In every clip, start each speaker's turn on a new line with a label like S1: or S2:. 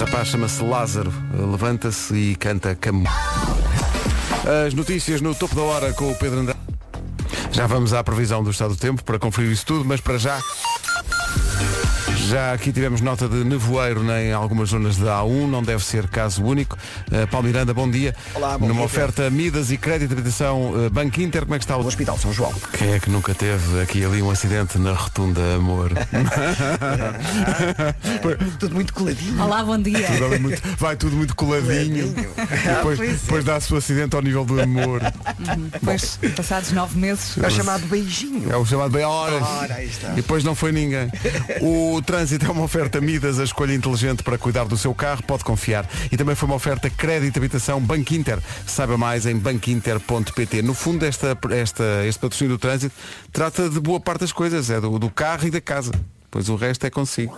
S1: rapaz chama-se Lázaro, levanta-se e canta Camo. As notícias no topo da hora com o Pedro Andrade. Já vamos à previsão do estado do tempo para conferir isso tudo, mas para já. Já aqui tivemos nota de nevoeiro né, em algumas zonas da A1, não deve ser caso único. Uh, Paulo Miranda, bom dia.
S2: Olá, bom
S1: Numa
S2: dia,
S1: oferta Midas e Crédito de Habitação uh, Banco Inter, como é que está o...
S2: O Hospital São João.
S1: Quem é que nunca teve aqui ali um acidente na rotunda amor?
S2: Tudo muito coladinho.
S3: Olá, bom dia.
S1: Tudo ali muito- vai tudo muito coladinho.
S2: Ah,
S1: Depois,
S2: é.
S1: depois dá-se o acidente ao nível do amor.
S3: Depois, passados nove meses,
S2: É o chamado beijinho.
S1: É o chamado bem horas.
S2: Ora, aí está.
S1: E depois não foi ninguém. O trânsito é uma oferta Midas, a escolha inteligente para cuidar do seu carro, pode confiar. E também foi uma oferta crédito habitação Banco Inter. Saiba mais em banquinter.pt. No fundo, esta, esta, este patrocínio do trânsito trata de boa parte das coisas, é do, do carro e da casa. Pois o resto é consigo.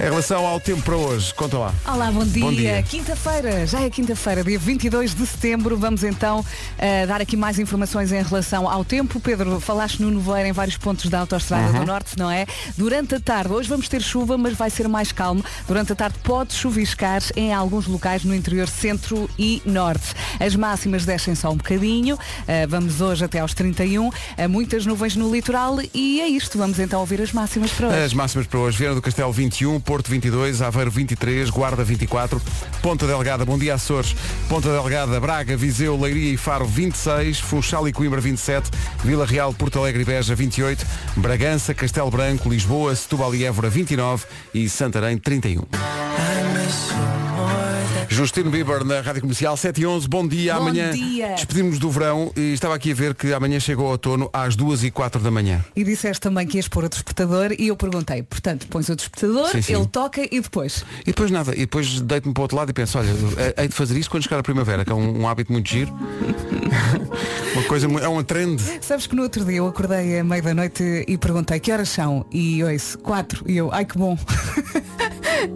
S1: Em relação ao tempo para hoje, conta lá.
S3: Olá, bom dia.
S1: Bom dia.
S3: Quinta-feira, já é quinta-feira, dia 22 de setembro. Vamos então eh, dar aqui mais informações em relação ao tempo. Pedro, falaste no nevoeiro em vários pontos da autoestrada
S1: Uhum.
S3: do Norte, não é? Durante a tarde, hoje vamos ter chuva, mas vai ser mais calmo. Durante a tarde pode chuviscar em alguns locais no interior centro e norte. As máximas descem só um bocadinho. Eh, vamos hoje até aos 31. Há Eh, muitas nuvens no litoral e é isto. Vamos então ouvir as máximas para hoje.
S1: As máximas para hoje, Viana do Castelo 21, Porto 22, Aveiro 23, Guarda 24, Ponta Delgada, Bom Dia Açores, Ponta Delgada, Braga, Viseu, Leiria e Faro 26, Funchal e Coimbra 27, Vila Real, Porto Alegre e Beja 28, Bragança, Castelo Branco, Lisboa, Setúbal e Évora 29 e Santarém 31. Justino Bieber na Rádio Comercial 7 e 11, bom dia,
S3: Bom
S1: amanhã
S3: dia.
S1: despedimos do verão e estava aqui a ver que amanhã chegou o outono às 2 e 4 da manhã.
S3: E disseste também que ias pôr o despertador e eu perguntei, portanto, pões o despertador,
S1: Sim, sim.
S3: ele toca e depois.
S1: E depois nada, e depois deito-me para o outro lado e penso, olha, eh, hei de fazer isto quando chegar a primavera, que é um, um hábito muito giro. Uma coisa, mu- é um trend.
S3: Sabes que no outro dia eu acordei à meia da noite e perguntei que horas são? E ouço, quatro. E eu, ai que bom.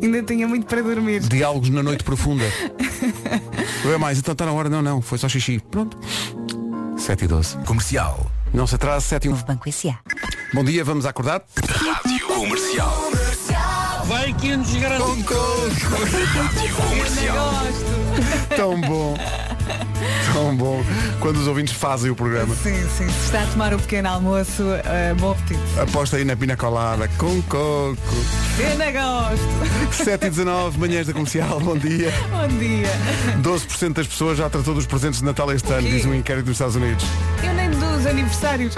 S3: Ainda tinha muito para dormir.
S1: Diálogos na noite profunda. Não é mais, então está na hora, não, não, foi só xixi. Pronto. 7 e 12.
S4: Comercial.
S1: Não se atrase, 7 e 1.
S3: Banco S.A.
S1: Bom dia, vamos acordar.
S4: Rádio Comercial.
S5: Vai que nos garante.
S4: Rádio Comercial.
S1: Tão bom. Tão bom. Quando os ouvintes fazem o programa.
S3: Sim, sim. Se está a tomar o pequeno almoço, eh, bom apetite.
S1: Aposta aí na pina colada com coco.
S3: Pena gosto.
S1: 7 e 19, manhãs da comercial, bom dia.
S3: Bom dia.
S1: 12% das pessoas já tratou dos presentes de Natal este ano,
S3: quê?
S1: diz um inquérito dos Estados Unidos.
S3: Eu nem dos aniversários.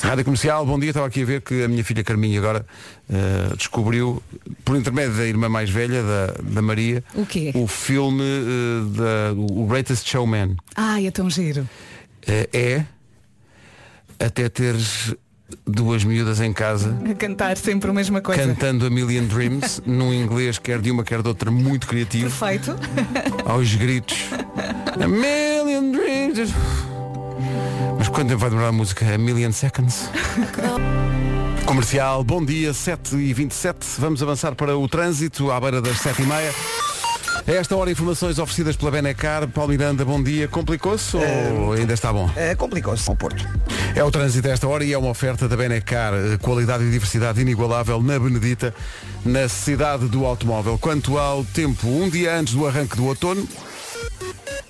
S1: Rádio Comercial, bom dia. Estava aqui a ver que a minha filha Carminha agora eh, descobriu, por intermédio da irmã mais velha, da, da Maria,
S3: O quê?
S1: o filme eh, da, o Greatest Showman.
S3: Ai, é tão giro.
S1: Eh, é até teres duas miúdas em casa
S3: A cantar sempre a mesma coisa.
S1: cantando a Million Dreams num inglês quer de uma quer de outra muito criativo
S3: Perfeito.
S1: aos gritos. A million dreams. Mas quanto tempo vai demorar a música? A million seconds. Comercial, bom dia, 7h27. Vamos avançar para o trânsito à beira das 7h30. A esta hora, informações oferecidas pela Benecar. Paulo Miranda, bom dia. Complicou-se ou ainda está bom?
S6: Ah,
S2: Eh, Complicou-se ao Porto.
S1: É o trânsito a esta hora e é uma oferta da Benecar, eh, qualidade e diversidade inigualável na Benedita, na cidade do automóvel. Quanto ao tempo, um dia antes do arranque do outono,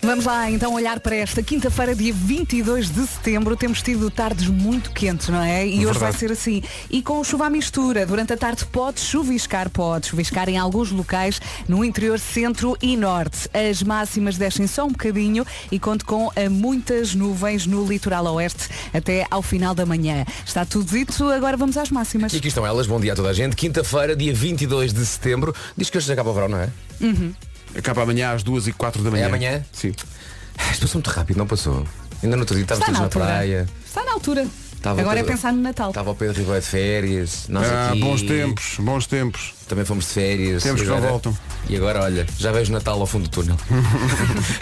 S3: Vamos lá então olhar para esta quinta-feira, dia 22 de setembro. Temos tido tardes muito quentes, não é? E hoje
S1: Verdade.
S3: vai ser assim. E com chuva à mistura. Durante a tarde pode chuviscar, pode chuviscar em alguns locais no interior centro e norte. As máximas descem só um bocadinho e conto com eh, muitas nuvens no litoral oeste até ao final da manhã. Está tudo dito, agora vamos às máximas.
S6: E aqui estão elas, bom dia a toda a gente. Quinta-feira, dia 22 de setembro. Diz que hoje acaba o verão, não é?
S1: Acaba É amanhã às 2 e 4 da manhã.
S6: É amanhã?
S1: Sim.
S6: Ah, Isto passou muito rápido, não passou? Ainda no outro dia estávamos todos
S3: Está na
S6: na
S3: altura.
S6: praia.
S3: Está na altura.
S6: Estava Tá.
S3: agora é
S6: Pedro-
S3: pensar no Natal.
S6: Estava o Pedro Ribeiro de férias. Nós
S1: Ah,
S6: aqui
S1: bons tempos, bons tempos.
S6: Também fomos de férias.
S1: Tempos
S6: E
S1: que não
S6: agora-
S1: voltam.
S6: E agora, olha, já vejo Natal ao fundo do túnel.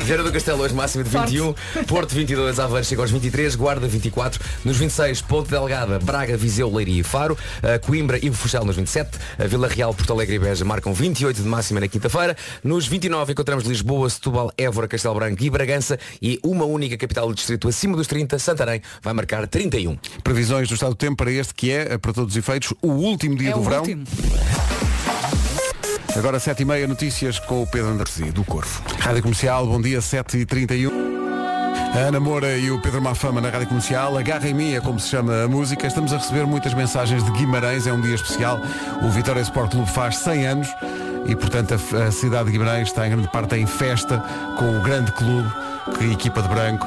S6: Vieira do Castelo hoje, máxima de 21. Porto 22, Aveiro chega aos 23. Guarda 24. Nos 26, Ponte Delgada, Braga, Viseu, Leiria e Faro. eh, Coimbra e Funchal nos 27. A Vila Real, Porto Alegre e Beja marcam 28 de máxima na quinta-feira. Nos 29 encontramos Lisboa, Setúbal, Évora, Castelo Branco e Bragança. E uma única capital do distrito acima dos 30, Santarém, vai marcar 31.
S1: Previsões do estado é, do tempo para este que é, para todos os efeitos, o último dia
S3: É
S1: do
S3: o
S1: verão.
S3: último.
S1: Agora 7h30, notícias com o Pedro Andresi, do Corvo. Rádio Comercial, bom dia, 7h31. A Ana Moura e o Pedro Mafama na Rádio Comercial. Agarra em mim é como se chama a música. Estamos a receber muitas mensagens de Guimarães. É um dia especial. O Vitória Sport Clube faz 100 anos e, portanto, a, f- a cidade de Guimarães está em grande parte em festa com o grande clube que é a equipa de branco.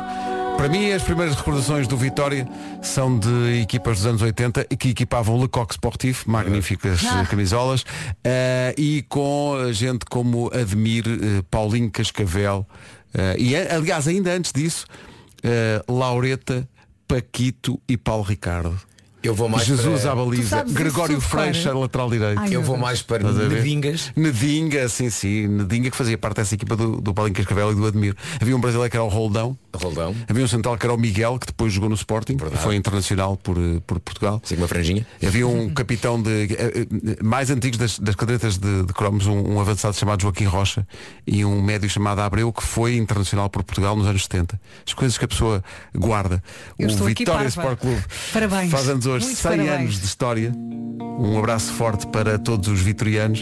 S1: Para mim, as primeiras recordações do Vitória são de equipas dos anos 80 e que equipavam Lecoq Sportif, magníficas eh, camisolas, eh, e com gente como Admir, eh, Paulinho Cascavel, eh, e a- aliás, ainda antes disso, eh, Laureta, Paquito e Paulo Ricardo.
S6: Eu vou mais
S1: Jesus
S6: para-
S1: à
S3: Tu
S1: baliza,
S3: sabes
S1: Gregório
S3: isso, Fred?
S1: Freixa, lateral direito.
S3: Ai,
S6: Eu
S3: meu
S6: vou
S3: Deus.
S6: mais para
S1: Estás a ver?
S6: Nedingas.
S1: Nedinga, sim, sim. Nedinga que fazia parte dessa equipa do, do Paulinho Cascavel e do Admiro. Havia um brasileiro que era o Roldão.
S6: Roldão.
S1: Havia um central que era o Miguel, que depois jogou no Sporting,
S6: Verdade.
S1: foi internacional por, eh, por Portugal.
S6: Sigo uma franjinha.
S1: Havia um capitão de eh, eh, mais antigos das, das cadetas de, de cromos, um, um avançado chamado Joaquim Rocha e um médio chamado Abreu, que foi internacional por Portugal nos anos 70. As coisas que a pessoa guarda.
S3: Eu
S1: o
S3: estou aqui
S1: Vitória
S3: parva.
S1: Sport Clube
S3: Parabéns.
S1: faz anos hoje,
S3: Muito
S1: 100
S3: parabéns.
S1: anos de história. Um abraço forte para todos os vitorianos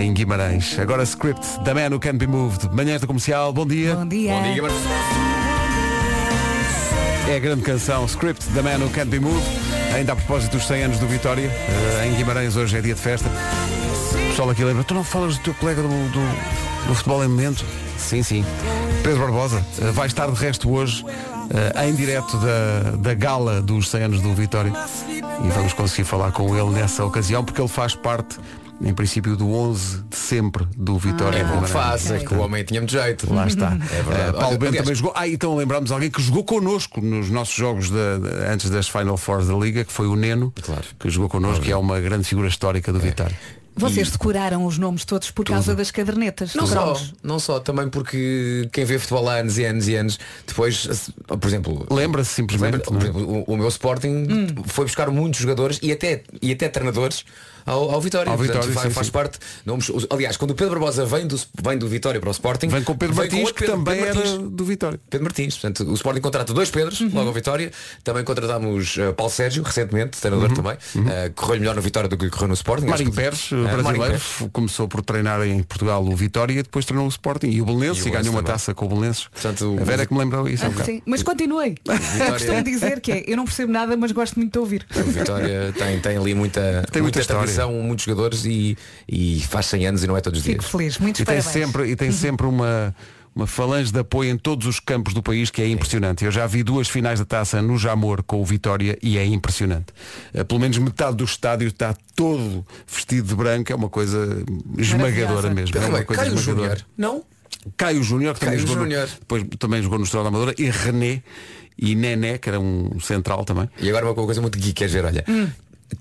S1: em Guimarães. Agora script da Man Who Can Be Moved. Manhãs da Comercial, bom dia.
S3: Bom dia.
S6: Bom dia, Guimarães.
S1: É a grande canção Script da Man Who Can't Be Moved Ainda a propósito dos 100 anos do Vitória eh, Em Guimarães hoje é dia de festa O pessoal aqui lembra Tu não falas do teu colega do, do- do futebol em momento? Sim, sim Pedro Barbosa eh, vai estar de resto hoje eh, Em direto da, da gala dos 100 anos do Vitória E vamos conseguir falar com ele nessa ocasião Porque ele faz parte em princípio do 11 de sempre do Vitória
S6: É
S1: em
S6: bom que
S1: Guimarães.
S6: faça, que o homem tinha muito jeito. Lá está. É verdade.
S1: Eh, Paulo
S6: Olha,
S1: Bento
S6: aliás,
S1: também jogou. Ah, então lembramos alguém que jogou connosco nos nossos jogos da- da- antes das Final Four da Liga, que foi o Neno,
S6: Claro. É.
S1: que jogou connosco, que é uma grande figura histórica do Vitória.
S3: Vocês decoraram os nomes todos por causa das cadernetas.
S6: Não só,
S3: Cromos.
S6: não só, também porque quem vê futebol há anos e anos e anos, depois, por exemplo,
S1: Lembra-se
S6: Lembra-
S1: simplesmente.
S6: por
S1: não é?
S6: exemplo, o, o meu Sporting
S1: Hum.
S6: foi buscar muitos jogadores e até, e até treinadores ao, ao Vitória.
S1: Ao
S6: Portanto,
S1: Vitória,
S6: faz,
S1: sim,
S6: faz
S1: sim.
S6: parte. nomes- os- aliás, quando o Pedro Barbosa vem do, vem do Vitória para o Sporting,
S1: é? Vem com o Pedro
S6: vem com
S1: Martins,
S6: outro
S1: que
S6: Pedro-
S1: também
S6: Pedro
S1: era
S6: Martins.
S1: do Vitória.
S6: Pedro Martins, portanto, o Sporting contrata dois Pedros,
S1: Uhum.
S6: logo ao Vitória. Também contratámos eh, Paulo Sérgio, recentemente, treinador também. Eh, correu melhor no Vitória do que correu no Sporting.
S1: Marinho
S6: Acho que-
S1: Uhum. Pérez,
S6: Eh, Marinho
S1: brasileiro,
S6: Pérez.
S1: f- começou por treinar em Portugal o Vitória e depois treinou o Sporting e o Belenenses e
S6: E o
S1: ganhou
S6: Belenenses
S1: uma
S6: também.
S1: taça com o Belenenses.
S6: Portanto, o-
S1: A Vera que me lembrou isso. há um bocado.
S3: Ah, Sim, mas continuei. Eu costumo dizer que é, eu não percebo nada, mas gosto muito de ouvir.
S6: O Vitória tem, tem ali muita,
S1: Tem muita história.
S6: tradição, muitos jogadores e, e faz 100 anos e não é todos os
S3: Fico
S6: dias.
S3: feliz, muitos
S1: E tem
S3: parabéns.
S1: sempre, e tem sempre uma, uma falange de apoio em todos os campos do país que é impressionante. Eu já vi duas finais da taça no Jamor com o Vitória e é impressionante. Eh, Pelo menos metade do estádio está todo vestido de branco, é uma coisa esmagadora
S3: Maravilhosa.
S1: mesmo.
S6: Pedro,
S1: é uma
S6: bem,
S1: coisa
S6: Caio
S1: esmagadora.
S6: Júnior, não?
S1: Caio Júnior, que também
S6: Caio
S1: jogou, no-
S6: Júnior.
S1: depois também jogou no Estrela da Amadora, e René e Nené, que era um central também.
S6: E agora uma coisa muito geek, queres ver, olha.
S1: Hum.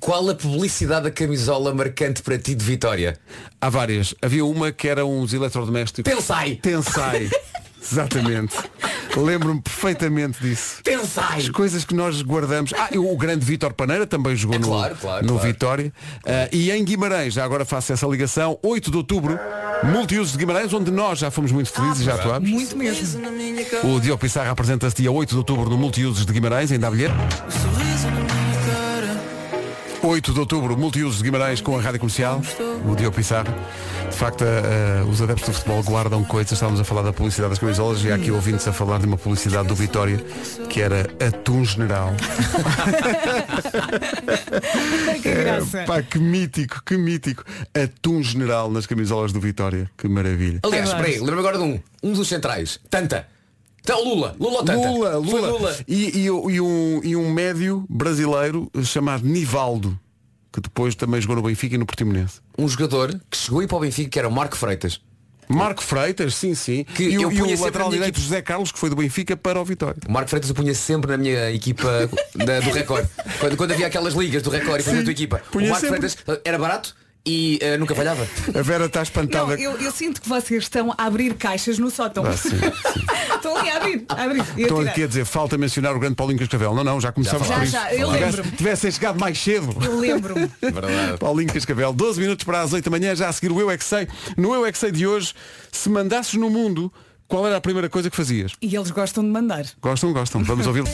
S6: Qual a publicidade da camisola marcante para ti de Vitória?
S1: Há várias. Havia uma que era uns eletrodomésticos.
S6: Tensai!
S1: Tensai. Exatamente. Lembro-me perfeitamente disso.
S6: Tensai!
S1: As coisas que nós guardamos. Ah, e o grande Vítor Paneira também jogou
S6: É
S1: no,
S6: claro, claro,
S1: no
S6: claro.
S1: Vitória. Ah, e em Guimarães, já agora faço essa ligação, 8 de outubro, multiusos de Guimarães, onde nós já fomos muito felizes e
S6: Ah,
S1: já atuámos.
S3: Muito mesmo.
S1: O Diogo Pissarra apresenta-se dia 8 de outubro no Multiusos de Guimarães, ainda há bilhete. 8 de outubro, Multiusos de Guimarães com a Rádio Comercial, o Diogo Pissarra. De facto, eh, os adeptos do futebol guardam coisas. Estávamos a falar da publicidade das camisolas e há aqui ouvintes a falar de uma publicidade do Vitória que era Atum General.
S3: Que graça.
S1: É, Pá, que mítico, que mítico. Atum General nas camisolas do Vitória. Que maravilha.
S6: Aliás,
S3: Verdade.
S6: peraí, lembro-me agora de um. Um dos centrais. Tanta. Então, Lula. Lula ou Tanta?
S1: Lula,
S6: Foi
S1: Lula.
S6: Lula.
S1: E, e o- e um, e um médio brasileiro chamado Nivaldo, que depois também jogou no Benfica e no Portimonense.
S6: Um jogador que chegou aí para o Benfica, que era o Marco Freitas.
S1: Marco Freitas, sim, sim.
S6: Que
S1: e
S6: eu
S1: o, e
S6: punha
S1: o
S6: sempre
S1: lateral
S6: na minha
S1: direito
S6: equipe.
S1: José Carlos, que foi do Benfica para o Vitória.
S6: O Marco Freitas eu punha sempre na minha equipa da- do Record. Quando, quando havia aquelas ligas do Record e punha a tua equipa. O
S1: punha
S6: Marco
S1: sempre.
S6: Freitas eh, era barato e eh, nunca falhava.
S1: A Vera está
S3: Não,
S1: espantada.
S3: eu, eu sinto que vocês estão a abrir caixas no sótão.
S1: tá Ah, sim, sim.
S3: Estão ali a abrir, a abrir. E a
S1: Estou
S3: tirar.
S1: aqui a dizer, falta mencionar o grande Paulinho Cascavel. Não, não, já começámos
S6: Já
S1: por
S3: falámos.
S1: isso.
S3: Já, já, eu
S1: Tivesse-
S3: lembro-me.
S1: Tivessem chegado mais cedo.
S3: Eu lembro-me.
S6: Verdade.
S1: Paulinho Cascavel, 12 minutos para as 8 da manhã, já a seguir o Eu É Que Sei. No Eu É Que Sei de hoje, se mandasses no mundo, qual era a primeira coisa que fazias?
S3: E eles gostam de mandar.
S1: Gostam, gostam. Vamos ouvi-lo.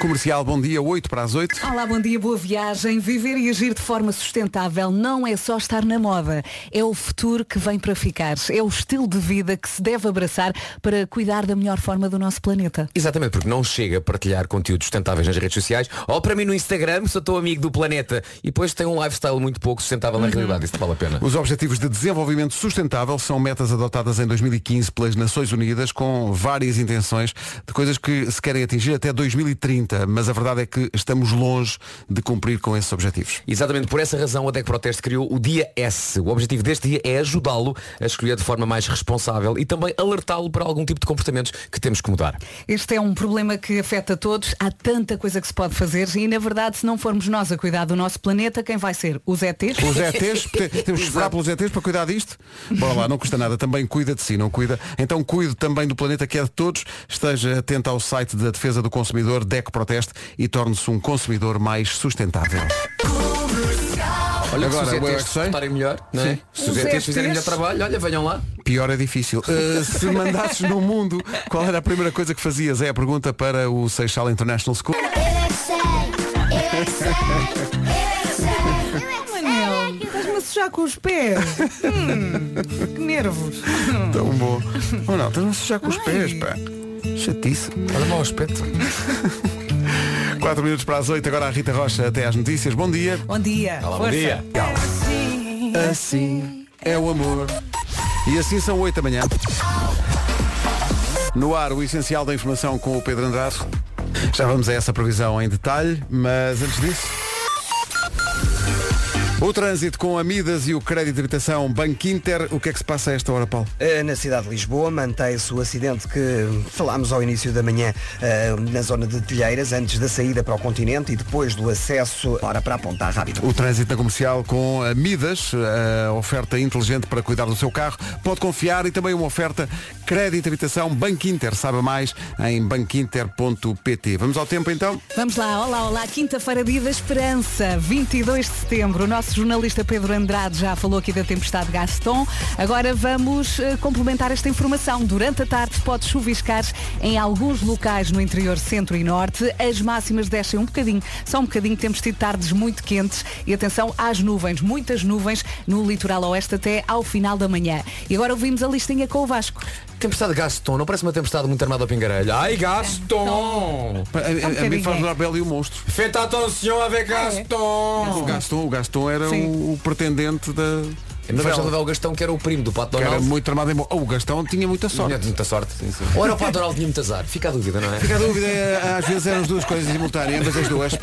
S1: Comercial, bom dia, 8 para as 8.
S3: Olá, bom dia, boa viagem. Viver e agir de forma sustentável não é só estar na moda. É o futuro que vem para ficar. É o estilo de vida que se deve abraçar para cuidar da melhor forma do nosso planeta.
S6: Exatamente, porque não chega a partilhar conteúdos sustentáveis nas redes sociais ou para mim no Instagram, se eu estou amigo do planeta e depois tem um lifestyle muito pouco sustentável
S1: Uhum.
S6: na realidade, isso não vale a pena.
S1: Os Objetivos de Desenvolvimento Sustentável são metas adotadas em 2015 pelas Nações Unidas com várias intenções de coisas que se querem atingir até 2030, mas a verdade é que estamos longe de cumprir com esses objetivos.
S6: Exatamente por essa razão a DEC Proteste criou o Dia S. O objetivo deste dia é ajudá-lo a escolher de forma mais responsável e também alertá-lo para algum tipo de comportamentos que temos que mudar.
S3: Este é um problema que afeta todos. Há tanta coisa que se pode fazer e, na verdade, se não formos nós a cuidar do nosso planeta, quem vai ser? Os ETs?
S1: Os ETs, te- temos que esperar pelos ETs para cuidar disto? Bora lá, não custa nada, também cuida de si, não cuida? Então cuide também do planeta que é de todos, esteja atento ao site da defesa do consumidor, DECO Proteste, e torne-se um consumidor mais sustentável.
S6: Olha,
S1: Agora,
S6: se os
S1: eu é
S6: ETs
S1: que sei.
S6: portarem melhor, não é?
S1: Sim.
S6: se os
S3: Os
S6: ETs fizerem
S3: ETs.
S6: melhor trabalho, olha, venham lá.
S1: Pior é difícil. Uh, se mandasses no mundo, qual era a primeira coisa que fazias? É a pergunta para o Seixal International School.
S7: Eu é que sei, eu é que sei, eu é que sei, eu é que sei.
S3: Manel, estás-me a sujar com os pés. Hum, que nervos.
S1: Tão bom. Ou não, estás-me a sujar com os pés, pá. Chatice.
S6: Olha mau aspecto.
S1: 4 minutos para as 8, agora a Rita Rocha até às notícias. Bom dia.
S3: Bom dia.
S6: Olá, bom
S3: Força. É
S6: dia.
S1: Assim é o amor. E assim são 8 da manhã. No ar, o essencial da informação com o Pedro Andrade. Já vamos a essa previsão em detalhe, mas antes disso. O trânsito com Amidas e o crédito de habitação Banco Inter. O que é que se passa a esta hora, Paulo?
S2: Eh, Na cidade de Lisboa mantém-se o acidente que falámos ao início da manhã eh, na zona de Telheiras, antes da saída para o continente e depois do acesso ora, para a Ponta Rábida.
S1: O trânsito na comercial com a Midas, a oferta inteligente para cuidar do seu carro. Pode confiar e também uma oferta crédito habitação Banco Inter. Saiba mais em banquinter.pt. Vamos ao tempo então?
S3: Vamos lá, olá, olá, quinta-feira, dia da esperança, 22 de setembro. O nosso jornalista Pedro Andrade já falou aqui da tempestade Gaston. Agora vamos eh, complementar esta informação. Durante a tarde pode chuviscar em alguns locais no interior centro e norte. As máximas descem um bocadinho, só um bocadinho. Temos tido tardes muito quentes e atenção às nuvens, muitas nuvens no litoral oeste até ao final da manhã. E agora ouvimos a listinha com o Vasco.
S6: Tempestade Gaston, não parece uma tempestade muito armada ao pingarelho. Ai
S1: A, a- a
S6: Gaston!
S1: mim
S3: bocadinho,
S1: faz
S3: é.
S1: lembrar Bela e o Monstro.
S6: Feta atenção a ver Gaston!
S1: O Gaston, o Gaston era
S3: Sim.
S1: o, o pretendente da,
S6: A
S1: da
S6: mim faz
S1: Bela,
S6: lembrar o Gastão é. que era o primo do Pato
S1: que era
S6: Donald.
S1: muito tramado em bom. Oh, o Gastão tinha muita
S6: Tinha
S1: sorte.
S6: muita sorte. Ou era o Pato Donald tinha muito azar. Fica a dúvida, não é?
S1: Fica a dúvida, é, às vezes eram as duas coisas simultâneas, mas as duas.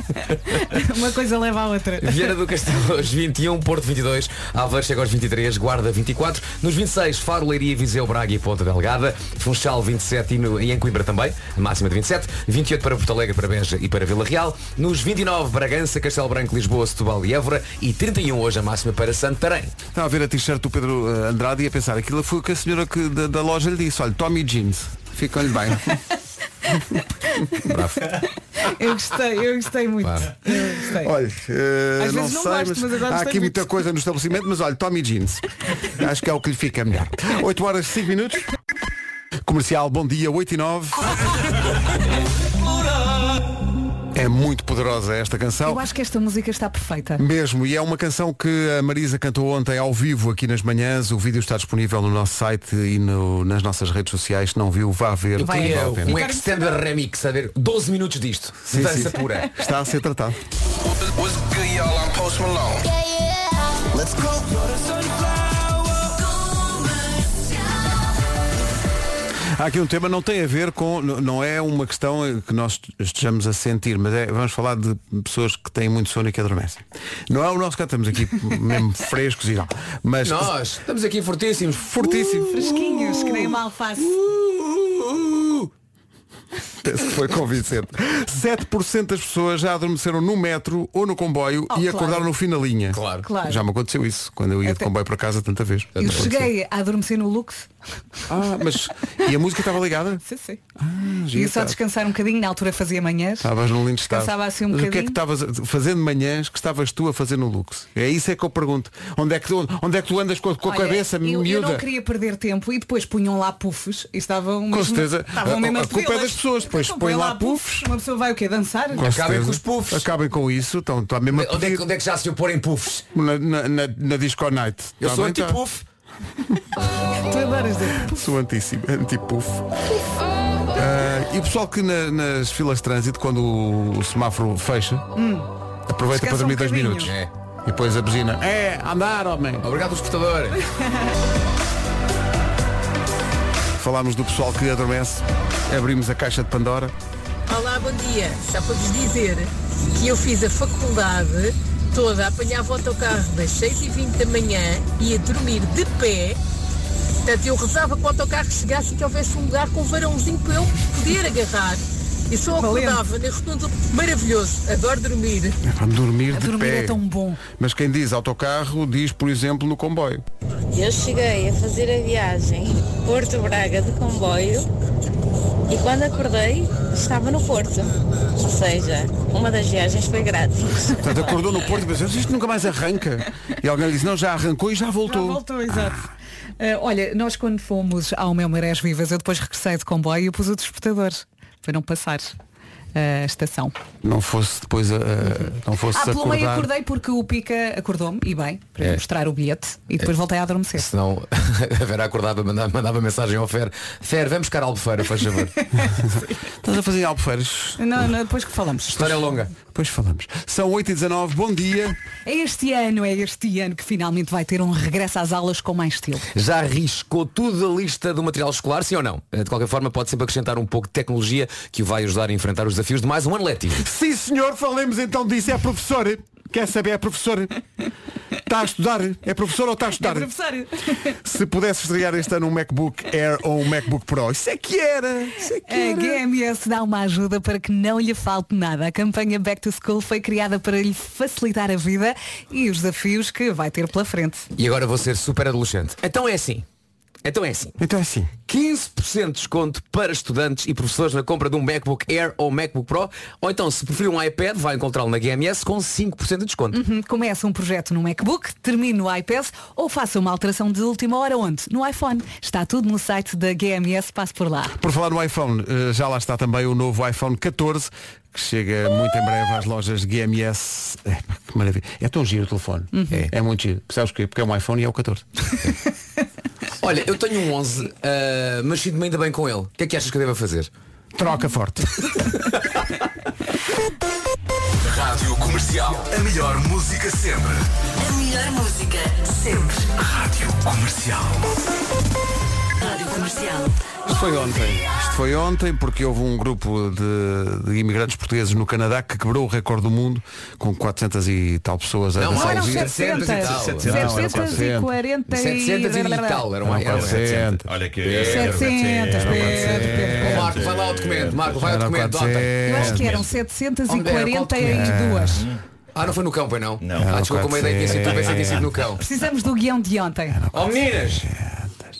S3: Uma coisa leva à outra.
S6: Vieira do Castelo aos 21, Porto 22, Aveiro chega aos 23, Guarda 24, nos 26, Faro, Leiria, Viseu, Braga e Ponta Delgada, Funchal 27 e, no, e em Coimbra também, máxima de 27, 28 para Porto Alegre, para Beja e para Vila Real, nos 29, Bragança, Castelo Branco, Lisboa, Setúbal e Évora e 31 hoje a máxima para Santarém.
S1: Estava a ver a t-shirt do Pedro eh, Andrade e a pensar, aquilo foi o que a senhora que, da, da loja lhe disse, olha, Tommy Jeans. Ficam-lhe bem.
S3: Eu gostei, eu gostei muito. Eu gostei.
S1: Olha, eh,
S3: Às
S1: não
S3: vezes não
S1: sei,
S3: gosto,
S1: mas,
S3: mas agora
S1: há
S3: gostei
S1: aqui
S3: muito.
S1: muita coisa no estabelecimento, mas olha, Tommy Jeans. Acho que é o que lhe fica melhor. 8 horas e 5 minutos. Comercial, bom dia, 8 e 9. É muito poderosa esta canção.
S3: Eu acho que esta música está perfeita.
S1: Mesmo, e é uma canção que a Marisa cantou ontem ao vivo aqui nas manhãs. O vídeo está disponível no nosso site e no- nas nossas redes sociais. Se não viu, vá ver. vale
S6: E
S3: Vai
S1: a
S6: é
S1: pena.
S6: um extender remix, a ver, 12 minutos disto,
S1: Sim,
S6: dança
S1: sim.
S6: pura.
S1: Está a ser tratado.
S4: What's good, y'all? I'm Post Malone. Let's go.
S1: Há aqui um tema, não tem a ver com, n- não é uma questão que nós estejamos a sentir, mas é, vamos falar de pessoas que têm muito sono e que adormecem. Não é o nosso caso, estamos aqui mesmo frescos e não. Mas
S6: Nós estamos aqui fortíssimos.
S1: fortíssimo.
S3: Fresquinhos, que nem uma alface.
S1: Penso que foi convincente. 7% das pessoas já adormeceram no metro ou no comboio
S3: Oh,
S1: e
S3: claro.
S1: acordaram no fim da linha.
S6: Claro.
S3: Claro.
S1: Já me aconteceu isso, quando eu ia de
S3: Até-
S1: comboio para casa tanta vez.
S3: Eu cheguei a adormecer no Lux.
S1: Ah, mas. E a música estava ligada?
S3: Sim, sim.
S1: Gira,
S3: E só
S1: tá.
S3: descansar um bocadinho, na altura fazia manhãs.
S1: Estavas num lindo estado.
S3: Descansava assim um
S1: Mas o que é que
S3: bocadinho.
S1: estavas a- fazendo de manhãs que estavas tu a fazer no Lux? É isso é que eu pergunto. Onde é que, tu- onde é que tu andas com a, com a
S3: Olha,
S1: cabeça,
S3: eu, eu
S1: miúda?
S3: não queria perder tempo e depois punham lá pufos e estavam
S1: Com
S3: mesmo-
S1: certeza.
S3: estavam
S1: a,
S3: mesmo
S1: a
S3: a
S1: culpa é das
S3: pedi-las.
S1: pessoas. depois
S3: Então,
S1: põe
S3: põe
S1: lá puffs.
S3: Uma pessoa vai o quê? Dançar?
S1: Com
S6: Acabem
S1: certeza.
S6: com os puffs.
S1: Acabem com isso. Estão, estão mesmo a
S6: Onde é,
S1: pedir
S6: que, onde é que já se opor em puffs?
S1: na, na, na, na Disco Night.
S6: Eu
S1: Está
S6: sou
S1: bem, está?
S6: anti-puff.
S3: Tu adoras dizer.
S1: Sou anti- anti-puff. Ah, e o pessoal que na- nas filas de trânsito, quando o, o semáforo fecha, aproveita
S3: Hum. Descansa
S1: para dormir
S3: um
S1: dois
S3: bocadinho.
S1: minutos.
S6: É.
S1: E depois a buzina. É, andar, homem.
S6: Obrigado, despertador.
S1: Falámos do pessoal que adormece, abrimos a caixa de Pandora.
S7: Olá, bom dia. Já para vos dizer que eu fiz a faculdade toda, apanhava o autocarro das 6h20 da manhã, ia dormir de pé. Portanto, eu rezava que o autocarro chegasse e que houvesse um lugar com um varãozinho para eu poder agarrar. E só
S3: Valente.
S7: acordava na rotunda. Maravilhoso. Adoro dormir.
S1: É pá, dormir de
S3: Dormir
S1: pé.
S3: é tão bom.
S1: Mas quem diz autocarro, diz, por exemplo, no comboio.
S8: Eu cheguei a fazer a viagem Porto Braga de comboio e quando acordei estava no Porto. Ou seja, uma das viagens foi grátis.
S1: Portanto, acordou no Porto e pensou, isto nunca mais arranca. E alguém lhe disse, não, já arrancou e já
S3: Já
S1: voltou.
S3: Ah, voltou, exato. Eh, olha, nós quando fomos ao Meu Marés Vivas, eu depois regressei de comboio e pus o despertador para não passar eh, a estação.
S1: Não fosse depois a, a- não fosse
S3: Ah, pelo meio
S1: acordar.
S3: acordei porque o Pica acordou-me, e bem, para
S6: É.
S3: mostrar o bilhete, e depois voltei a adormecer.
S6: Senão a Vera acordava, mandava, mandava mensagem ao Fer. Fer, vamos buscar Albufeira, faz favor.
S1: Estás a fazer em Albufeiras?
S3: Não, não, depois que falamos.
S6: História longa.
S1: Depois falamos. São 8h19, bom dia.
S3: É este ano, é este ano que finalmente vai ter um regresso às aulas com mais estilo.
S6: Já riscou tudo a lista do material escolar, sim ou não? Eh, De qualquer forma, pode sempre acrescentar um pouco de tecnologia que o vai ajudar a enfrentar os desafios de mais um ano letivo.
S1: Sim senhor, falemos então disso. É professor. Quer saber, é professor. Está a estudar? É professor ou está a estudar? Se pudesse estrear este ano um MacBook Air ou um MacBook Pro, isso é que era. Isso é que
S3: A
S1: era.
S3: GMS dá uma ajuda para que não lhe falte nada. A campanha Back to School foi criada para lhe facilitar a vida e os desafios que vai ter pela frente.
S6: E agora vou ser super adolescente. Então é assim. Então é assim.
S1: Então é assim.
S6: 15% de desconto para estudantes e professores na compra de um MacBook Air ou MacBook Pro. Ou então, se preferir um iPad, vai encontrá-lo na GMS com 5% de desconto.
S3: Hum, Comece um projeto no MacBook, termine no iPad ou faça uma alteração de última hora onde? No iPhone. Está tudo no site da GMS, passe por lá.
S1: Por falar no iPhone, eh, já lá está também o novo iPhone 14, que chega muito em breve às lojas GMS. É, pá, que maravilha. É tão giro o telefone. É. é muito giro. Sabes porquê? Porque é um iPhone e é o 14.
S6: Olha, eu tenho um 11, ah, mas sinto-me ainda bem com ele. O que é que achas que eu devo fazer?
S1: Troca forte.
S4: Rádio Comercial. A melhor música sempre.
S9: A melhor música, sempre.
S4: Rádio Comercial.
S9: Rádio Comercial.
S1: Isto foi ontem. Isto foi ontem porque houve um grupo de, de imigrantes portugueses no Canadá que quebrou o recorde do mundo com 400 e tal pessoas a
S6: Não,
S1: dançar
S6: eram
S1: o giro.
S6: 700 e tal.
S3: 740
S6: 700 e tal,
S1: Não,
S6: era uma era uma-
S1: 400.
S5: Olha que é.
S3: 700, Pedro, Pedro,
S6: Ó,
S3: Pedro.
S6: Marco, vai lá ao documento. Marco, vai ao
S1: Era
S6: documento. ontem.
S1: 400.
S3: Eu acho que eram
S6: Onde era? Qual
S3: 742.
S6: Ah, não foi no cão, foi não?
S5: Não.
S6: Ah, desculpa, como a ideia tinha sido, talvez tenha sido no cão.
S3: Precisamos do guião de ontem.
S6: Ó meninas,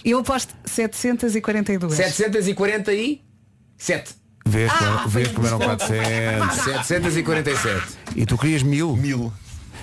S3: Eu aposto 742.
S6: 747.
S1: Vês,
S3: Ah,
S1: como- vês como eram 400.
S6: 747.
S1: E tu querias mil.
S5: Mil.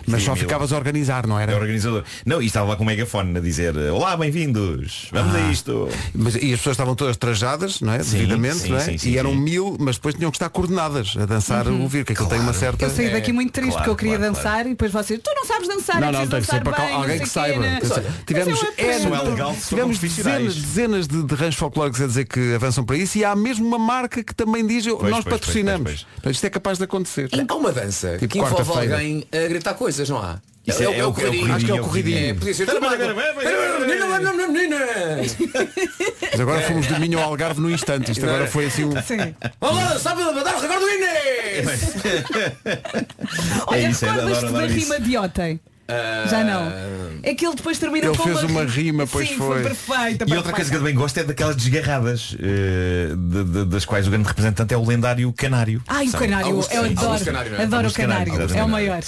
S1: Mas
S5: Sim,
S1: só
S5: mil.
S1: ficavas a organizar, não
S5: É
S1: era?
S5: organizador. Não, e estava lá com o megafone a dizer Olá, bem-vindos, vamos
S6: Ah.
S5: a isto.
S6: Então,
S1: Mas, e as pessoas estavam todas trajadas, não é?
S5: Sim,
S1: Devidamente,
S5: sim,
S1: não é?
S5: sim, sim,
S1: e eram
S5: sim. Uhum.
S1: mil, mas depois tinham que estar coordenadas a dançar o vir, que aquilo tem uma certa.
S3: Eu saí daqui muito triste
S5: claro,
S3: porque eu queria
S5: claro,
S3: dançar e depois vocês, tu não sabes dançar,
S1: Não,
S3: é
S1: não,
S3: preciso
S1: tem que ser
S3: dançar
S1: para
S3: bem,
S1: cal- alguém
S3: não
S1: que
S3: sei quê,
S1: saiba.
S3: né?
S1: Quer dizer, Tivemos
S3: Mas eu aprendo.
S1: N-
S5: Isso é legal se for
S1: tivemos
S5: com profissionais.
S1: dezenas, dezenas de, de ranchos folclóricos a dizer que avançam para isso e há mesmo uma marca que também diz eu-
S5: Pois,
S1: nós
S5: pois,
S1: patrocinamos.
S5: pois, pois,
S1: Portanto, Isto é capaz de acontecer.
S6: Há uma dança
S1: Tipo
S6: que envolve
S1: quarta-feira.
S6: alguém a gritar coisas, não há?
S5: Isso é- é o- é o corridinho,
S6: Acho que é o
S5: é o
S6: corridinho.
S5: corridinho.
S6: É, podia ser.
S1: Mas agora fomos do Minho ao Algarve no instante. Isto
S5: É.
S1: agora foi assim um.
S3: Sim.
S6: Olá, sabe mandar o recorde do Inês!
S3: Olha,
S5: isso,
S3: recordas-te
S5: é, adoro,
S3: da
S5: adoro
S3: rima
S5: isso.
S3: de ontem?
S6: Eh,
S3: Já não. É que ele depois termina
S1: Ele
S3: com
S1: fez
S3: uma
S1: Ah. uma rima, pois
S3: Sim,
S1: foi.
S3: foi perfeita.
S5: E outra coisa que eu também gosto é daquelas desgarradas eh, de- de- das quais o grande representante é o lendário canário.
S3: Ai, o
S5: Sabe?
S3: canário,
S6: Alguns
S3: eu
S6: sim, alguns
S3: adoro.
S6: canários, não é?
S3: Adoro o
S5: Alguns
S3: canário.
S5: canários,
S3: É o
S5: exatamente.
S3: maior.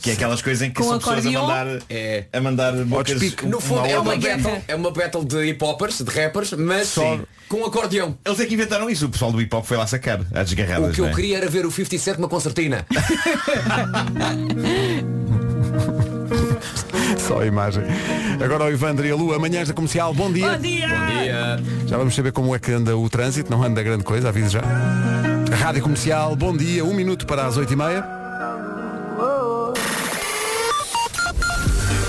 S5: Que é aquelas coisas em que
S3: Com
S5: são pessoas a
S3: acordeon.
S5: mandar,
S6: É.
S5: a mandar bocas.
S1: despique.
S6: No fundo é
S5: outra-
S6: uma
S3: outra-
S6: battle, é uma battle de hip-hoppers, de rappers, mas
S5: Sim.
S6: com acordeão.
S5: Eles é que inventaram isso, o pessoal do hip hop foi lá sacar às
S10: Ah,
S5: desgarradas.
S6: O que eu
S5: não é?
S6: queria era ver o 50 Cent numa concertina.
S1: Só a imagem. Agora o Ivandro e a Lu, amanhã da comercial, bom dia.
S3: Bom dia!
S6: Bom dia.
S1: Já vamos saber como é que anda o trânsito, não anda grande coisa, aviso já. Rádio Comercial, bom dia, um minuto para as oito e meia.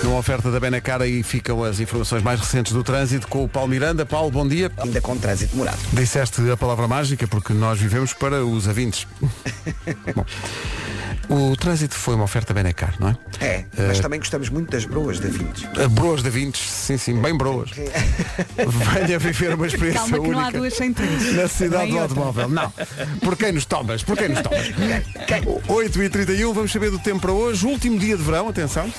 S1: Numa oferta da Benacar aí ficam as informações mais recentes do trânsito com o Paulo Miranda. Paulo, bom dia.
S2: Ainda com trânsito morado.
S1: Disseste a palavra mágica porque nós vivemos para os avintes. Bom, o trânsito foi uma oferta Benacar, não é?
S2: É,
S5: Eh.
S2: mas também gostamos muito das broas da Vintes.
S1: A
S3: É.
S1: Broas da Vintes, sim, sim, bem broas. Venha viver uma experiência
S3: Calma que
S1: única
S3: não há duas sem três.
S1: na cidade
S3: Nem
S1: do
S3: outra.
S1: automóvel. Não. Por quem nos tomas? Por quem nos tomas? 8h31, vamos saber do tempo para hoje. Último dia de verão, atenção.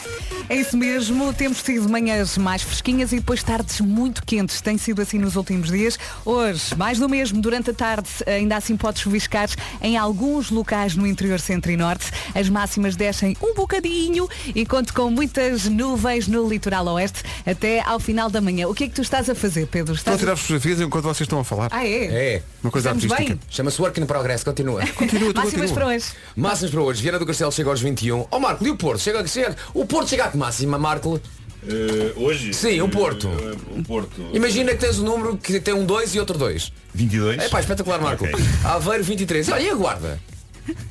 S3: É isso mesmo, temos tido manhãs mais fresquinhas e depois tardes muito quentes. Tem sido assim nos últimos dias. Hoje, mais do mesmo, durante a tarde ainda assim pode chuviscar em alguns locais no interior centro e norte. As máximas descem um bocadinho e conto com muitas nuvens no litoral oeste até ao final da manhã. O que é que tu estás a fazer, Pedro?
S1: Estou a
S3: Estás
S1: tirar fotografias enquanto vocês estão a falar.
S3: Ah, é?
S6: É.
S1: Uma coisa
S3: Estamos
S1: artística.
S3: bem?
S6: Chama-se Work in Progress, continua.
S1: Continua, tu
S3: Máximas
S1: continua.
S3: para hoje.
S6: Máximas para hoje, Viana do Castelo chega aos 21. Ó Marco, e o Porto? Chega, chega. O Porto chega a que máxima, Marco?
S10: Eh, hoje? Eh,
S6: Sim, o Porto.
S10: o Porto.
S6: Imagina que tens um número que tem um 2 e outro 2.
S5: 22.
S6: É pá, espetacular, Marco.
S10: Ok.
S6: Aveiro 23. Olha, e a guarda?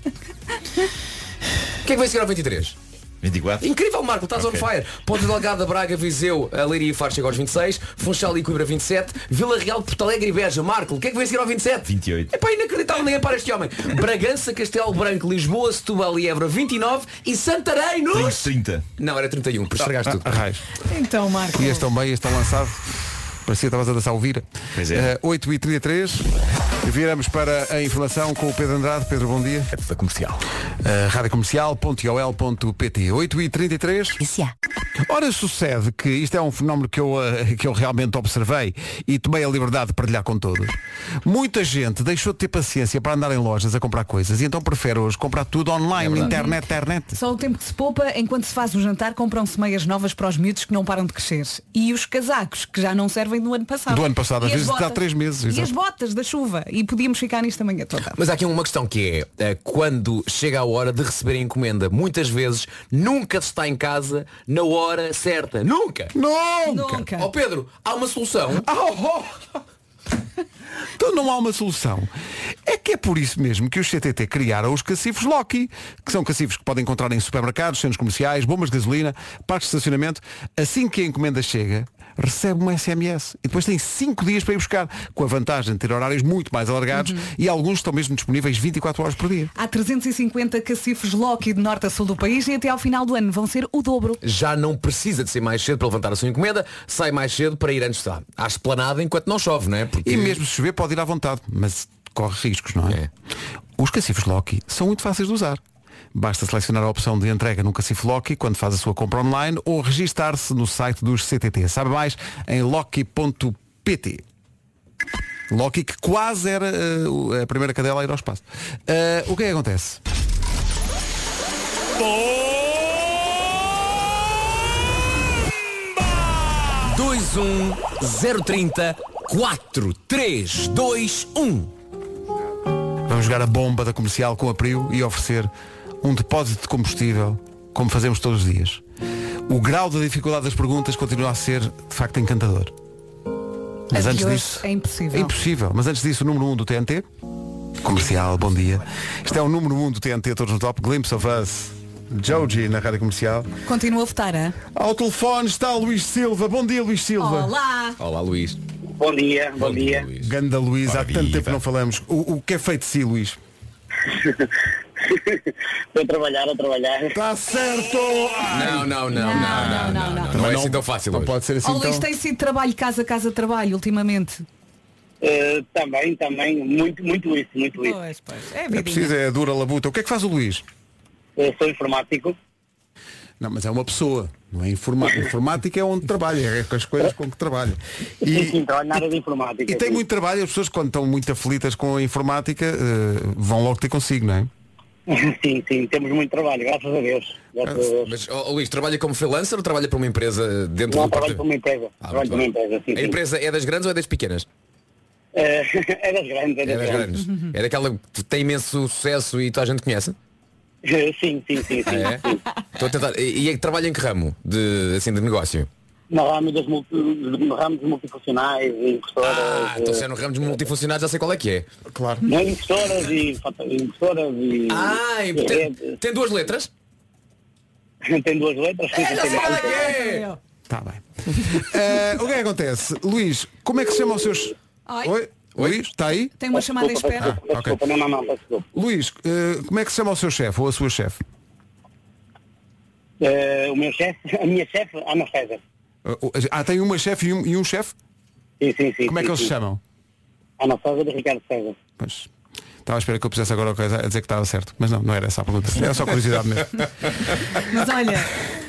S6: O que é que vai seguir ao 23?
S5: 24.
S6: Incrível, Marco, estás
S5: Ok.
S6: on fire. Ponta Delgada, Braga, Viseu, a Leiria e Faro chega aos 26, Funchal e Coimbra 27, Vila Real, Porto Alegre e Beja. Marco, o que é que vai seguir ao 27?
S5: 28.
S6: É pá, inacreditável, ninguém para este homem. Bragança, Castelo Branco, Lisboa, Setúbal e Évora 29 e Santarém nos...
S5: 30.
S6: Não, era 31, por estragaste tudo.
S1: Ah, Arrais.
S3: Então, Marco.
S1: E este tão bem, este tão lançado. Parecia que estavas a dançar o Vira. Eh,
S5: Pois é.
S1: 8h33. Viramos para a informação com o Pedro Andrade. Pedro, bom dia.
S5: Da comercial. Eh,
S1: Uh, radiocomercial.ol.pt 8h33. Ora, sucede que isto é um fenómeno que eu, eh, que eu realmente observei e tomei a liberdade de partilhar com todos. Muita gente deixou de ter paciência para andar em lojas a comprar coisas e então prefere hoje comprar tudo online, internet, internet.
S3: Só o tempo que se poupa, enquanto se faz o jantar, compram-se meias novas para os miúdos que não param de crescer. E os casacos, que já não servem do ano passado.
S1: Do ano passado,
S3: E
S1: às
S3: as
S1: vezes dá
S3: botas.
S1: três meses,
S3: E
S1: exato.
S3: as botas da chuva. E podíamos ficar nisto amanhã toda.
S6: Mas há aqui uma questão que é, eh, quando chega a hora de receber a encomenda, muitas vezes nunca se está em casa na hora certa. Nunca!
S1: Nunca!
S3: Nunca.
S6: Ó Pedro, há uma solução.
S1: Ah, oh, oh. Então não há uma solução. É que é por isso mesmo que os CTT criaram os cacifros Loki, que são cacifros que podem encontrar em supermercados, centros comerciais, bombas de gasolina, parques de estacionamento. Assim que a encomenda chega, recebe um SMS e depois tem 5 dias para ir buscar, com a vantagem de ter horários muito mais alargados e alguns estão mesmo disponíveis 24 horas por dia.
S3: Há 350 cacifres Loki de norte a sul do país e até ao final do ano vão ser o dobro.
S6: já não precisa de ser mais cedo para levantar a sua encomenda, sai mais cedo para ir antes da à esplanada enquanto não chove, não é? Porque
S1: E mesmo se chover pode ir à vontade, mas corre riscos, não é?
S6: É.
S1: Os cacifros Loki são muito fáceis de usar. Basta selecionar a opção de entrega num cacifo Loki quando faz a sua compra online ou registar-se no site dos CTT. Sabe mais em loki.pt. Loki que quase era eh, o- a primeira cadela a ir ao espaço. Eh, o que é que acontece?
S6: dois um zero trinta quatro três dois um.
S1: Vamos jogar a bomba da comercial com a Prio e oferecer um depósito de combustível, como fazemos todos os dias. O grau da dificuldade das perguntas continua a ser, de facto, encantador. Mas
S3: A de
S1: antes
S3: hoje
S1: disso.
S3: é impossível.
S1: É impossível. Mas antes disso, o número 1 um do TNT. Comercial, bom dia. Isto é o número 1 um do TNT, todos no top. Glimpse of Us. Joji na rádio comercial.
S3: Continua a votar, hã?
S1: Ao telefone está Luís Silva. Bom dia, Luís Silva.
S3: Olá!
S6: Olá Luís.
S10: Bom dia, bom, dia.
S6: Luís.
S1: Ganda Luís, há
S5: Ora,
S1: tanto tempo
S5: viva.
S1: que não falamos. O, o que é feito de si, Luís?
S10: Estou a trabalhar, a trabalhar.
S1: Está Tá certo!
S6: Não, não, não, não, não, não, não, não, é assim tão fácil.
S1: Não
S6: hoje.
S1: pode ser assim
S3: Ó Luís,
S1: tão...
S3: tem sido trabalho casa, casa, trabalho ultimamente.
S10: Eh, também, também, muito, muito isso, muito isso.
S3: Pois, pois. É
S1: É
S3: vidinha.
S1: preciso, é dura labuta. O que é que faz o Luís?
S10: Eh, sou informático.
S1: Não, mas é uma pessoa, não é informática. Informática é onde trabalha, é com as coisas com que trabalha.
S10: Sim, sim,
S1: E,
S10: trabalho na área de informática.
S1: e tem
S10: sim.
S1: muito trabalho, as pessoas quando estão muito aflitas com a informática eh, vão logo ter consigo, não é?
S10: Sim, sim, temos muito trabalho, graças a Deus. Graças a Deus.
S6: Mas ó, ó, Luís, trabalha como freelancer ou trabalha para uma empresa
S1: Ah,
S6: dentro
S10: Não,
S6: do
S10: trabalho
S6: departamento?
S10: para uma empresa.
S6: Ah,
S10: trabalho
S6: muito
S10: para uma
S6: bem.
S10: empresa, sim,
S6: A
S10: sim.
S6: empresa é das grandes ou é das pequenas?
S10: Eh, é das grandes, é das,
S6: É das grandes. É daquela que tem imenso sucesso e toda a gente conhece?
S10: Eh, Sim, sim, sim, sim.
S6: É? Estou a tentar. E, e é que trabalha em que ramo? De, assim, de negócio?
S10: No ramo, das multi, no ramo dos multifuncionais e impressoras.
S6: Ah, então se é no ramo dos multifuncionais já sei qual é que é.
S1: Claro.
S10: Não, impressoras e fata- impressoras e.
S6: Ah, e tem, tem duas letras?
S10: Tem duas letras? sim,
S6: É, já
S10: tem
S6: sei qual é
S10: mais.
S6: que é!
S1: Está Tá bem. Eh, o que é que acontece? Luís, como é que se chama os seus.
S3: Ai.
S1: Oi? Luís, está aí?
S3: Tem uma chamada em
S10: Desculpa,
S3: espera.
S10: peço desculpa,
S1: Ah, ok.
S10: desculpa, não, não, não, peço desculpa.
S1: Luís, eh, como é que se chama o seu chefe ou a sua chefe?
S10: Eh, o meu chefe, a minha chefe, Ana César.
S1: Eh, o- Ah, tem uma chefe e um, e um chefe?
S10: Sim, sim, sim.
S1: Como é que
S10: sim,
S1: eles se
S10: sim.
S1: chamam?
S10: Ana César e Ricardo César.
S1: Pois. Estava à espera que eu pusesse agora a coisa a dizer que estava certo. Mas não, não era essa a pergunta. Era só curiosidade mesmo.
S3: Mas olha,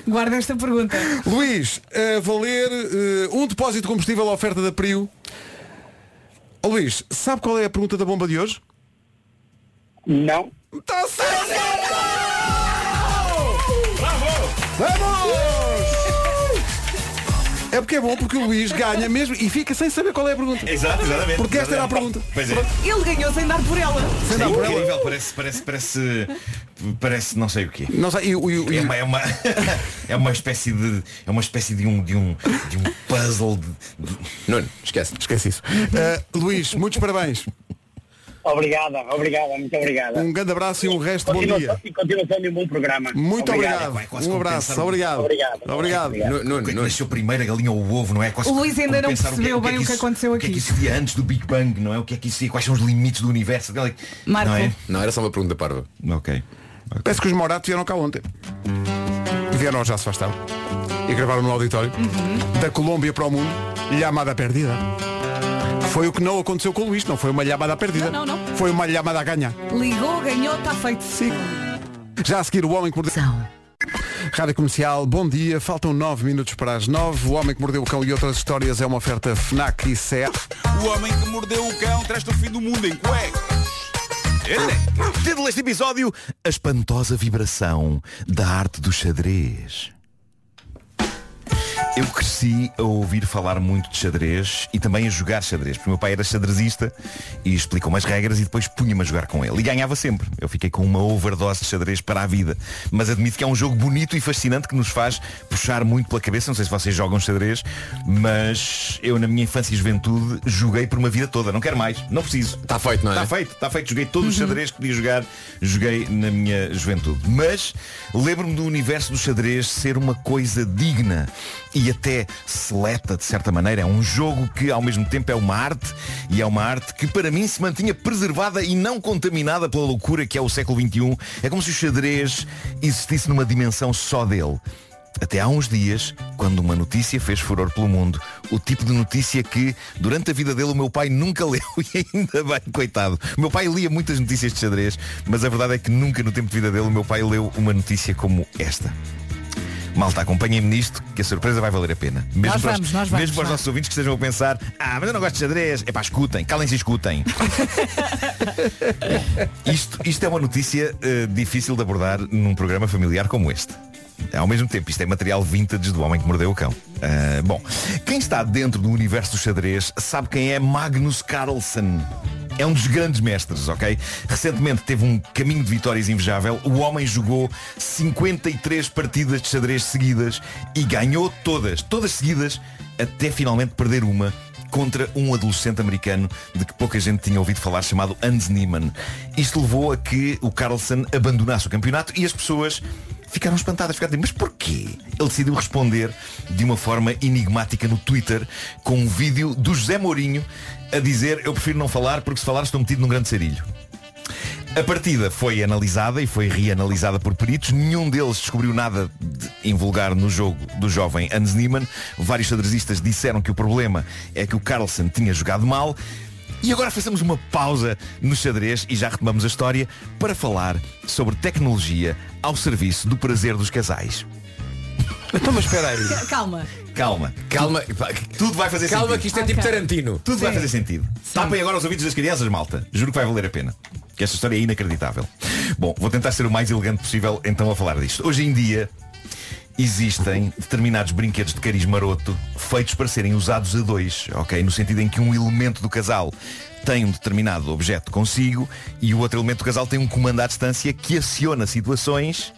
S3: guarda esta pergunta.
S1: Luís, a valer eh, um depósito de combustível à oferta da Prio. Ó, Luís, sabe qual é a pergunta da bomba de hoje?
S10: Não.
S1: Está certo! Vamos! É porque é bom porque o Luís ganha mesmo e fica sem saber qual é a pergunta.
S5: Exato, exatamente.
S1: Porque esta era a pergunta.
S5: Pois é.
S3: Ele ganhou sem dar por ela.
S1: Sem
S5: É
S1: dar por ela.
S5: incrível, parece, parece, parece, parece não sei o quê.
S1: Não sei, e o- e o- e
S5: É
S1: o-
S5: uma, é uma, é uma espécie de. É uma espécie de um, de um, de um puzzle de, de-
S6: Nuno, esquece.
S1: Esquece isso. Eh, Luís, muitos parabéns.
S10: Obrigada, obrigada, muito obrigada.
S1: Um grande abraço e um resto de bom
S10: Continuação-
S1: dia.
S10: E continuação de um bom programa.
S1: Muito obrigado.
S5: vai, é quase
S1: Um
S5: como
S1: abraço.
S5: pensar-
S1: Obrigado.
S10: Obrigado.
S1: Obrigado.
S10: Obrigado.
S6: Nuno,
S5: O que é
S6: Nuno,
S5: que
S6: Nuno.
S5: nasceu primeiro, a galinha ou o ovo, não é? Quase
S3: O Luís ainda
S5: como
S3: não
S5: pensar
S3: percebeu
S5: é-
S3: bem o que
S5: isso-
S3: aconteceu
S5: O que é
S3: aqui.
S5: que isso ia antes do Big Bang, não é? O que é que isso ia? Quais são os limites do universo? Aquela-
S3: Marco.
S5: Não é?
S6: Não, era só uma pergunta parva.
S5: Ok.
S1: Parece que os Moratos vieram cá ontem. Vieram já se faz tarde. E gravaram no auditório.
S3: Uhum.
S1: Da Colômbia para o mundo, llamada perdida. Foi o que não aconteceu com o Luís, não foi uma llamada perdida.
S3: Não, não, não.
S1: Foi uma llamada a ganhar.
S3: Ligou, ganhou, está feito.
S1: Sim. Já a seguir o Homem que Mordeu. Rádio Comercial, bom dia. Faltam 9 minutos para as 9. O Homem que Mordeu o Cão e outras histórias é uma oferta FNAC e CEA.
S11: O homem que mordeu o cão traz-te o fim do mundo em cuecas.
S5: Título deste episódio: A espantosa vibração da arte do xadrez. Eu cresci a ouvir falar muito de xadrez e também a jogar xadrez, porque o meu pai era xadrezista e explicou-me as regras e depois punha-me a jogar com ele. E ganhava sempre. Eu fiquei com uma overdose de xadrez para a vida. Mas admito que é um jogo bonito e fascinante que nos faz puxar muito pela cabeça. Não sei se vocês jogam xadrez, mas eu na minha infância e juventude joguei por uma vida toda. Não quero mais. Não preciso.
S6: Está feito, não é? Uhum.
S5: Está Tá feito, está feito. Joguei todos os xadrez que podia jogar, joguei na minha juventude. Mas lembro-me do universo do xadrez ser uma coisa digna e até seleta, de certa maneira. É um jogo que, ao mesmo tempo, é uma arte e é uma arte que, para mim, se mantinha preservada e não contaminada pela loucura que é o século XXI. É como se o xadrez existisse numa dimensão só dele. Até há uns dias, quando uma notícia fez furor pelo mundo, o tipo de notícia que, durante a vida dele, o meu pai nunca leu e ainda bem, coitado. O meu pai lia muitas notícias de xadrez, mas a verdade é que nunca no tempo de vida dele o meu pai leu uma notícia como esta. Malta, acompanhem-me nisto, que a surpresa vai valer a pena. Mesmo
S3: Nós
S5: para os-
S3: vamos, nós vamos,
S5: mesmo para os
S3: vá.
S5: nossos ouvintes que estejam a pensar, ah, mas eu não gosto de xadrez. É pá, escutem, calem-se e escutem. Isto, isto é uma notícia eh, difícil de abordar num programa familiar como este. Ao mesmo tempo, isto é material vintage do homem que mordeu o cão. Ah, bom, quem está dentro do universo do xadrez sabe quem é Magnus Carlsen. É um dos grandes mestres, ok? Recentemente teve um caminho de vitórias invejável. O homem jogou 53 partidas de xadrez seguidas e ganhou todas, todas seguidas, até finalmente perder uma contra um adolescente americano de que pouca gente tinha ouvido falar, chamado Hans Niemann. Isto levou a que o Carlson abandonasse o campeonato e as pessoas ficaram espantadas, ficaram a dizer, mas porquê? Ele decidiu responder de uma forma enigmática no Twitter com um vídeo do José Mourinho a dizer eu prefiro não falar porque se falar estou metido num grande sarilho. A partida foi analisada e foi reanalisada por peritos. Nenhum deles descobriu nada de invulgar no jogo do jovem Hans Niemann. Vários xadrezistas disseram que o problema é que o Carlsen tinha jogado mal. E agora façamos uma pausa no xadrez e já retomamos a história para falar sobre tecnologia ao serviço do prazer dos casais.
S1: Então, mas espera aí.
S3: Calma.
S5: Calma,
S6: Calma, pá,
S5: tudo vai fazer
S6: calma
S5: sentido.
S6: que isto é tipo
S3: Ok.
S6: Tarantino.
S5: Tudo vai fazer sentido. Tapem agora os ouvidos das crianças, malta. Juro que vai valer a pena. Que esta história é inacreditável. Bom, vou tentar ser o mais elegante possível então a falar disto. Hoje em dia existem determinados brinquedos de cariz maroto feitos para serem usados a dois, ok? No sentido em que um elemento do casal tem um determinado objeto consigo e o outro elemento do casal tem um comando à distância que aciona situações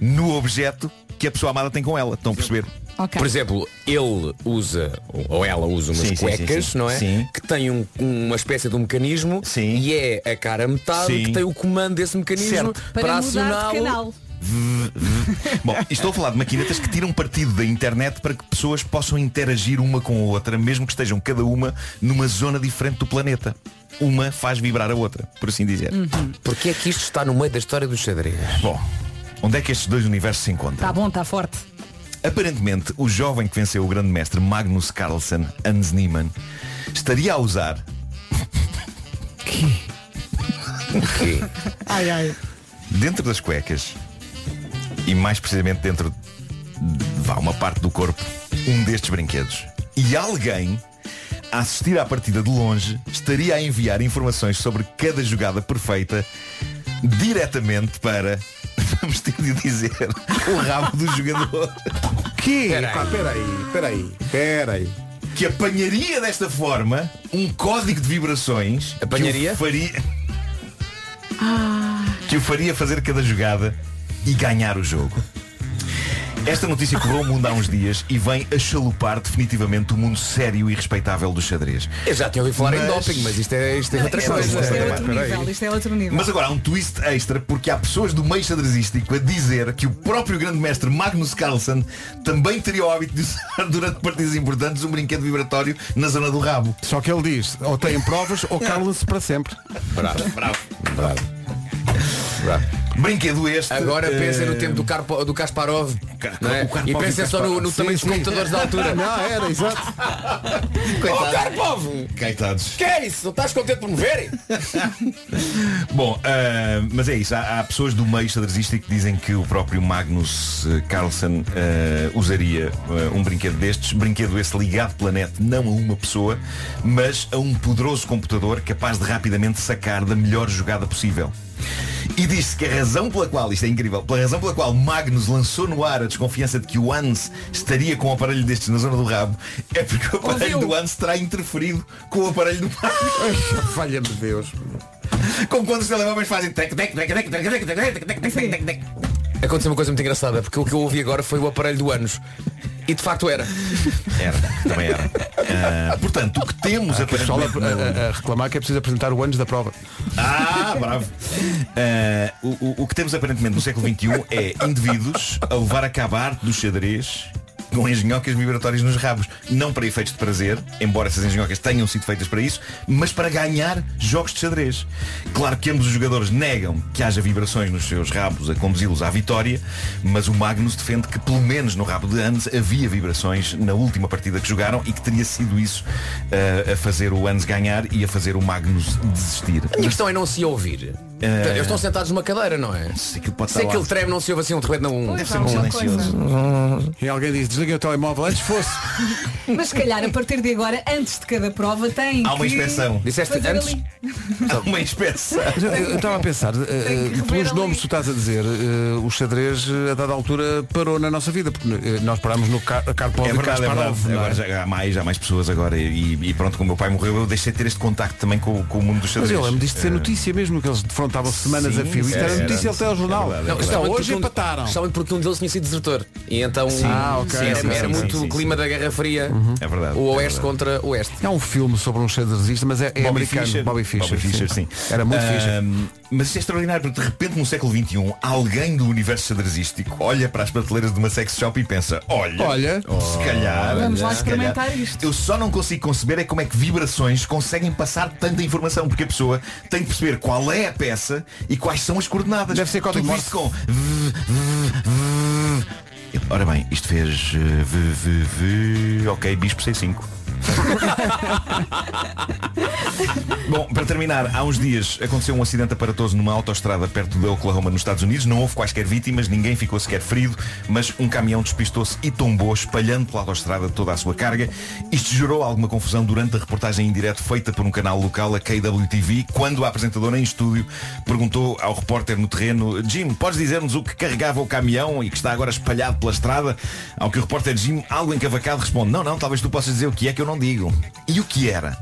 S5: no objeto que a pessoa amada tem com ela. Estão a perceber?
S3: Ok.
S6: Por exemplo, ele usa, ou ela usa umas
S5: Sim, sim,
S6: cuecas,
S5: sim, sim.
S6: não é?
S5: Sim.
S6: Que tem um- uma espécie de um mecanismo e é a cara a metade
S5: Sim.
S6: que tem o comando desse mecanismo
S5: Certo.
S3: Para,
S6: para
S3: mudar de
S6: acioná-lo.
S3: canal.
S5: Bom, e estou a falar de maquinetas que tiram partido da internet para que pessoas possam interagir uma com a outra, mesmo que estejam cada uma numa zona diferente do planeta. Uma faz vibrar a outra, por assim dizer.
S6: Porquê é que isto está no meio da história do xadrez?
S5: Bom, onde é que estes dois universos se encontram?
S3: Está Tá bom, está forte.
S5: Aparentemente, o jovem que venceu o grande mestre Magnus Carlsen, Hans Niemann, estaria a usar.
S6: Que?
S3: Ai, ai.
S5: Dentro das cuecas, e mais precisamente dentro de vá, uma parte do corpo, um destes brinquedos. E alguém, a assistir à partida de longe, estaria a enviar informações sobre cada jogada perfeita diretamente para. Vamos ter de dizer o rabo do jogador.
S1: Que?
S5: Peraí.
S1: Pá, peraí, peraí, peraí.
S5: que apanharia desta forma um código de vibrações
S6: Apanharia?
S5: que o faria que o faria fazer cada jogada e ganhar o jogo. Esta notícia correu o mundo há uns dias e vem a chalupar definitivamente o mundo sério e respeitável do xadrez.
S6: Eu já tinha ouvido falar em
S5: Mas-
S6: doping, mas isto é, isto é
S5: Não,
S6: outra
S5: isto é
S6: coisa.
S5: outra
S3: Isto é
S5: Peraí,
S3: outro
S5: peraí.
S3: nível, isto é outro nível.
S5: Mas agora há um twist extra porque há pessoas do meio xadrezístico a dizer que o próprio grande mestre Magnus Carlsen também teria o hábito de usar durante partidas importantes um brinquedo vibratório na zona do rabo.
S1: Só que ele diz, ou tem provas ou calam-se para sempre.
S6: Bravo,
S5: Bravo.
S6: bravo.
S5: Brinquedo este.
S6: Agora
S5: eh,
S6: pensem no tempo do, Karpo, do Kasparov.
S5: Ka-
S6: não é?
S5: o Karpov
S6: E
S5: e
S6: pensem só no, no
S5: Kasparov.
S6: tamanho
S5: Sim,
S6: dos
S5: sim.
S6: computadores da altura.
S1: Não, Ah, era, exato.
S6: Ó Karpov!
S5: Coitados.
S6: Que é isso? Não estás contente por me verem?
S5: Bom, ah, mas é isso. Há, há pessoas do meio xadrezístico que dizem que o próprio Magnus eh, Carlsen ah, usaria ah, um brinquedo destes. Brinquedo esse ligado pela net, não a uma pessoa, mas a um poderoso computador capaz de rapidamente sacar da melhor jogada possível. E diz-se que a razão pela qual, isto é incrível, pela razão pela qual Magnus lançou no ar a desconfiança de que o Hans estaria com o aparelho destes na zona do rabo, é porque o aparelho
S3: Ouviu?
S5: do Hans terá interferido com o aparelho do Magnus.
S1: Valha-me Deus.
S5: Como quando os telemóveis fazem tec, tec, tec, tec, tec, tec, tec, tec, tec, tec, tec, tec.
S6: Aconteceu uma coisa muito engraçada, porque o que eu ouvi agora foi o aparelho do anos. E de facto era.
S5: Era, também era. Ah, portanto, o que temos
S1: O pessoal a,
S5: aparentemente no-
S1: a- a reclamar que é preciso apresentar o anos da prova.
S5: Ah, bravo. Ah, o, o- o que temos aparentemente no século XXI é indivíduos a levar a cabo a arte do xadrez com engenhocas vibratórias nos rabos. Não para efeitos de prazer, embora essas engenhocas tenham sido feitas para isso, mas para ganhar jogos de xadrez. Claro que ambos os jogadores negam que haja vibrações nos seus rabos a conduzi-los à vitória, mas o Magnus defende que pelo menos no rabo de Hans havia vibrações na última partida que jogaram e que teria sido isso ah, a fazer o Hans ganhar e a fazer o Magnus desistir.
S6: A minha questão é não se ouvir. Eles estão sentados numa cadeira, não é?
S5: Se aquilo pode
S6: Se
S5: estar Eh. tá lá.
S6: aquele treme não se ouve assim um de repente não.
S3: Pois,
S5: ser
S3: há
S5: muito
S3: alguma
S5: silencioso.
S3: coisa.
S1: E alguém diz, desliguem o telemóvel antes fosse.
S3: Mas se calhar a partir de agora, antes de cada prova, tem
S5: Há uma
S3: que
S5: inspeção.
S6: Disseste
S3: fazer
S6: antes?
S3: ali.
S5: Há uma espécie.
S1: Eu- Eu estava a pensar, eh, eh,
S3: que rever
S1: pelos
S3: ali.
S1: nomes que tu estás a dizer, eh, o xadrez eh, a dada altura parou na nossa vida, porque eh, nós parámos no Car Karpov
S5: É
S1: e
S5: verdade, é
S1: Kasparov.
S5: verdade.
S1: não é?
S5: Agora já há mais, há mais pessoas agora e, e pronto, como o meu pai morreu, eu deixei de ter este contacto também com, com o mundo dos
S1: Mas
S5: xadrez.
S1: eu lembro disto de ser notícia mesmo, que eles defrontavam semanas
S5: É. Sim,
S1: a fio. Isto era
S5: era,
S1: notícia
S5: era,
S1: até ao jornal.
S5: é
S1: Não,
S5: verdade, é verdade.
S1: então,
S6: Principalmente
S1: hoje
S6: porque um-
S1: empataram.
S6: Principalmente porque um deles tinha sido desertor. E então
S1: Ah, ok,
S6: era,
S1: sim,
S6: era
S1: sim,
S6: muito
S5: sim, sim,
S6: clima da Guerra Fria.
S5: É verdade,
S6: O
S5: é
S6: Oeste
S5: verdade.
S6: contra o Oeste.
S1: É um filme sobre um xadrezista, mas é, é americano. Bobby Fischer.
S5: Bobby Fischer, sim.
S1: Era muito
S5: Ah,
S1: Fischer.
S5: Mas isto é extraordinário, porque de repente no século XXI, alguém do universo xadrezístico olha para as prateleiras de uma sex shop e pensa, olha,
S1: Olha.
S5: se calhar,
S3: Vamos lá
S5: se calhar,
S3: experimentar isto.
S5: Eu só não consigo conceber é como é que vibrações conseguem passar tanta informação, porque a pessoa tem de perceber qual é a peça e quais são as coordenadas.
S1: Deve ser código
S5: Tudo isto com... v, v, v. Ora bem, isto fez eh, v, v, v, ok, bispo C5. Bom, para terminar, há uns dias aconteceu um acidente aparatoso numa autoestrada perto de Oklahoma, nos Estados Unidos. Não houve quaisquer vítimas, ninguém ficou sequer ferido, mas um caminhão despistou-se e tombou, espalhando pela autoestrada toda a sua carga. Isto gerou alguma confusão durante a reportagem em direto feita por um canal local, a KWTV, quando a apresentadora em estúdio perguntou ao repórter no terreno, Jim, podes dizer-nos o que carregava o caminhão e que está agora espalhado pela estrada? Ao que o repórter Jim, algo encavacado, responde, não, não, talvez tu possas dizer o que é que eu não digo. E o que era?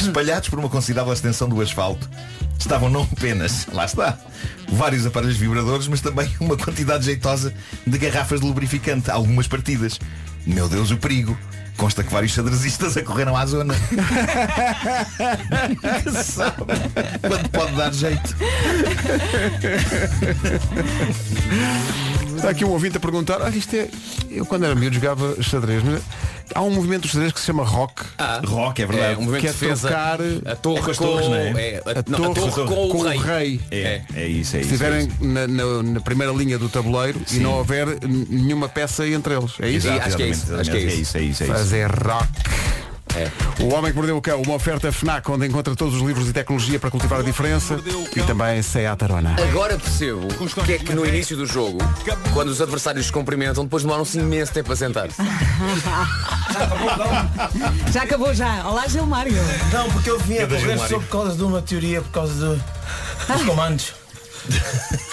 S5: espalhados por uma considerável extensão do asfalto, estavam não apenas, lá está, vários aparelhos vibradores, mas também uma quantidade jeitosa de garrafas de lubrificante, algumas partidas. Meu Deus, o perigo. Consta que vários xadrezistas acorreram à zona. Quando pode dar jeito.
S1: Está aqui um ouvinte a perguntar, ah, isto é. Eu quando era miúdo jogava xadrez, mas há um movimento de xadrez que se chama rock.
S6: Ah,
S5: rock, é verdade.
S6: É, um movimento
S1: que é
S6: de defesa.
S1: trocar
S6: A torre
S1: com as
S6: com-
S1: torres, não
S6: é, a-
S1: a,
S6: não,
S1: torre
S6: a torre com o rei.
S5: É, é isso, é
S1: Se
S5: isso. é
S1: estiverem
S5: isso.
S1: na, na- na primeira linha do tabuleiro e não houver n- nenhuma peça entre eles. É isso?
S6: Exato, acho que é isso,
S5: exatamente,
S6: acho que é
S5: exatamente,
S6: isso.
S5: É isso, é isso.
S1: Fazer rock. É. O Homem que Mordeu o Cão, uma oferta FNAC onde encontra todos os livros e tecnologia para cultivar a diferença e também sem a tarona.
S6: Agora percebo que é que no início do jogo, quando os adversários se cumprimentam, depois demoram-se imenso tempo a sentar-se.
S3: Já acabou já. Olá, Gilmário.
S12: Não, porque eu vim a
S6: Cadê
S12: correr
S6: Gilmário?
S12: só por causa de uma teoria, por causa do- dos comandos.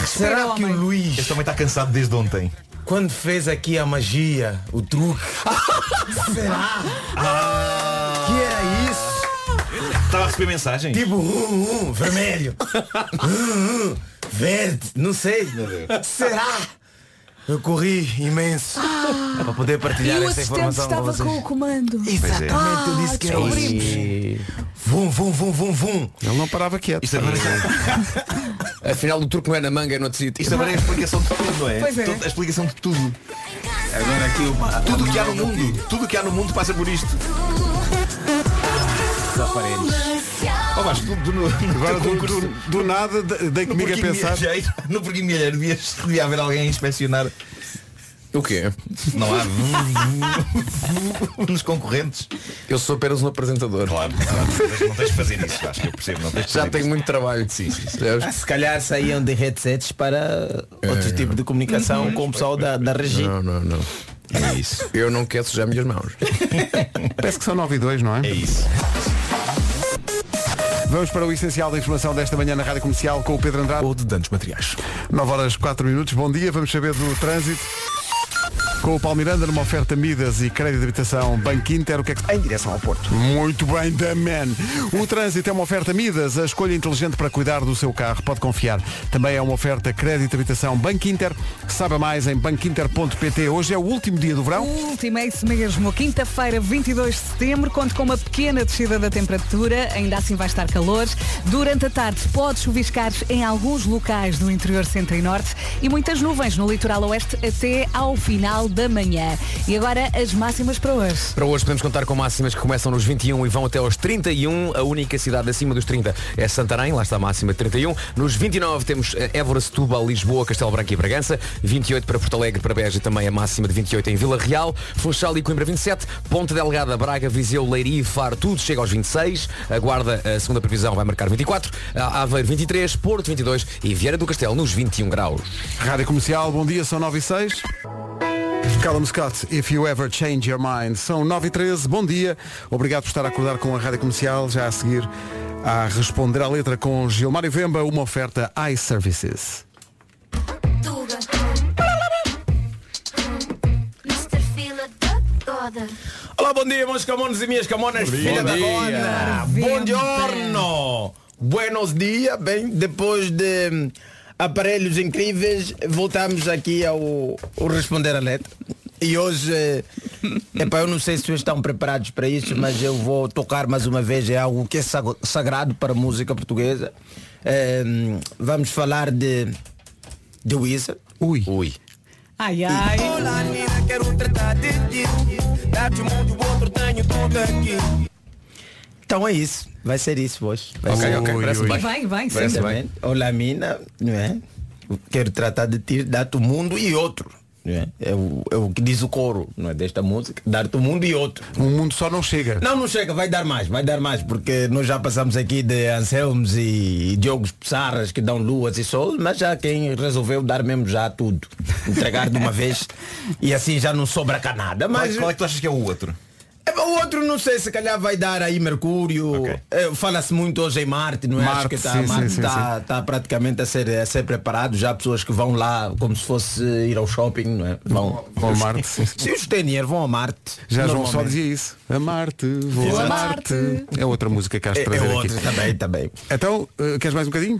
S12: Será que Ah. o Luís. Este também está cansado desde ontem. Quando fez aqui a magia, o truque. Será? Que era isso?
S5: Estava a receber mensagem?
S12: Tipo, hum, hum, vermelho. Hum, hum, verde. Não sei, meu Deus. Será? Eu corri imenso. É para poder
S3: E
S12: partilhar
S3: o
S12: essa
S3: assistente
S12: informação
S3: estava com,
S12: com vocês.
S3: o comando.
S6: é.
S12: Exatamente,
S3: Ah,
S12: eu disse que era
S3: descobrimos.
S12: isso. Vum, vum, vum, vum, vum.
S1: Ele não parava quieto.
S6: Afinal, o truque não é na manga, é no outro sítio.
S5: Isto agora é a explicação de tudo, não é?
S6: Pois é.
S5: Tudo- A explicação de tudo. Agora aqui o... Tudo o que há no mundo, tudo o que há no mundo passa por isto. Ó Oh, Vasco, tu- tu no- no
S1: Agora
S5: teu
S1: do,
S5: concurso-
S1: do- do nada, de- dei
S5: no
S1: comigo a
S5: Porquinho
S1: pensar.
S5: Milheiro- No porquinho milheiro devias- devia haver alguém a inspecionar.
S6: O quê?
S5: Não há nos concorrentes.
S6: Eu sou apenas um apresentador.
S5: Claro, claro, não tens de fazer isso, acho que eu percebo. Não tens de
S6: Já
S5: fazer
S6: tenho
S5: isso.
S6: muito trabalho. Sim, sim, sim.
S12: Se calhar saíam de headsets para outro tipo de comunicação com o pessoal da, da regi.
S6: Não, não, não.
S5: É isso.
S6: Eu não quero sujar minhas mãos.
S1: Parece que são 9 e 2, não é?
S5: É isso.
S1: Vamos para o essencial da informação desta manhã na Rádio Comercial com o Pedro Andrade.
S12: Ou de danos materiais.
S1: 9 horas 4 minutos, bom dia, vamos saber do trânsito. Com o Palmiranda numa oferta Midas e crédito de habitação Banco Inter, o que é que...
S2: Em direção ao Porto.
S1: Muito bem, da man. O trânsito é uma oferta Midas, a escolha inteligente para cuidar do seu carro, pode confiar. Também é uma oferta crédito de habitação Banco Inter. Saiba mais em banquinter.pt. Hoje é o último dia do
S3: O
S1: verão.
S3: último é isso mesmo. Quinta-feira, 22 de setembro, conto com uma pequena descida da temperatura, ainda assim vai estar calor. Durante a tarde pode chuviscar em alguns locais do interior centro e norte e muitas nuvens no litoral oeste até ao final da manhã. E agora as máximas para hoje.
S6: Para hoje podemos contar com máximas que começam nos 21 e vão até aos 31. A única cidade acima dos 30 é Santarém, lá está a máxima de 31. Nos 29 temos eh, Évora, Setúbal, Lisboa, Castelo Branco e Bragança. 28 para Porto Alegre, para Beja também a máxima de 28 em Vila Real. Funchal e Coimbra 27. Ponte Delgada, Braga, Viseu, Leiria e Faro, tudo chega aos 26. A Guarda, a segunda previsão, vai marcar 24. A Aveiro 23, Porto 22 e Vieira do Castelo nos 21 graus.
S1: Rádio Comercial, bom dia, são 9 e 6. Callum Scott, If You Ever Change Your Mind. São 9 e 13, bom dia. Obrigado por estar a acordar com a Rádio Comercial. Já a seguir, a responder à letra com Gilmário Vemba, uma oferta iServices.
S12: Olá, bom dia, meus camones e minhas camonas. Filha da dona. Bom giorno. Buenos dias. Bem, depois de hum, aparelhos incríveis, voltamos aqui ao, ao Responder a Letra. E hoje, eh, epá, eu não sei se vocês estão preparados para isso, mas eu vou tocar mais uma vez é algo que é sago- sagrado para a música portuguesa. Hum, vamos falar de The Wizard.
S1: Ui.
S6: Ui.
S3: Ai ai.
S12: Olá, nina, quero tratar de ti. Dar-te um mundo, outro tenho tudo aqui. Então é isso. Vai ser isso hoje. Vai
S6: Ok,
S12: ser.
S6: ok, parece
S3: E
S6: bem.
S3: vai, vai, sim.
S6: Parece bem.
S12: Exatamente. Olá, mina, não é? Quero tratar de ti, dar-te o mundo e outro. Não é? É, o, é o que diz o coro não é? desta música. Dar-te o mundo e outro.
S1: Um mundo só não chega.
S12: Não, não chega, vai dar mais, vai dar mais, porque nós já passamos aqui de Anselmos e Diogos Pissarras que dão luas e sol, mas já quem resolveu dar mesmo já tudo, entregar de uma vez e assim já não sobra cá nada.
S5: Qual é-
S12: Mas
S5: Qual é que tu achas que é o outro?
S12: é, O outro não sei, se calhar vai dar aí Mercúrio.
S5: Ok.
S12: Eh, Fala-se muito hoje em Marte, não é?
S1: Marte,
S12: Acho que está
S1: sim, sim,
S12: Marte
S1: sim,
S12: está- está praticamente a ser, a ser preparado. Já há pessoas que vão lá como se fosse ir ao shopping, não é? Vão.
S1: Vou a Marte. sim.
S12: Se os têm dinheiro, vão a Marte.
S1: Já João
S12: normalmente.
S1: só dizia isso. Amar-te, vou
S3: Exato.
S1: amar-te. É outra música que has de
S12: É, é
S1: trazer
S12: outro,
S1: aqui.
S12: também, também.
S1: Então, eh, queres mais um bocadinho?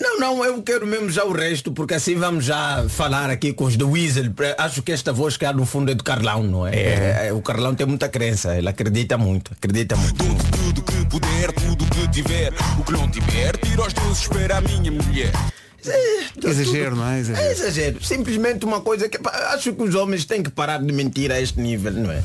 S12: Não, não, eu quero mesmo já o resto, porque assim vamos já falar aqui com os do Weasel. Acho que esta voz que há no fundo é do Carlão, não é? É, é, O Carlão tem muita crença, ele acredita muito, acredita muito.
S11: Tudo que puder, tudo que tiver. O que não tiver, tira aos deuses para a minha mulher.
S12: É,
S1: Exagero, não é? Exagero.
S12: É exagero. Simplesmente uma coisa que pá, acho que os homens têm que parar de mentir a este nível, não é?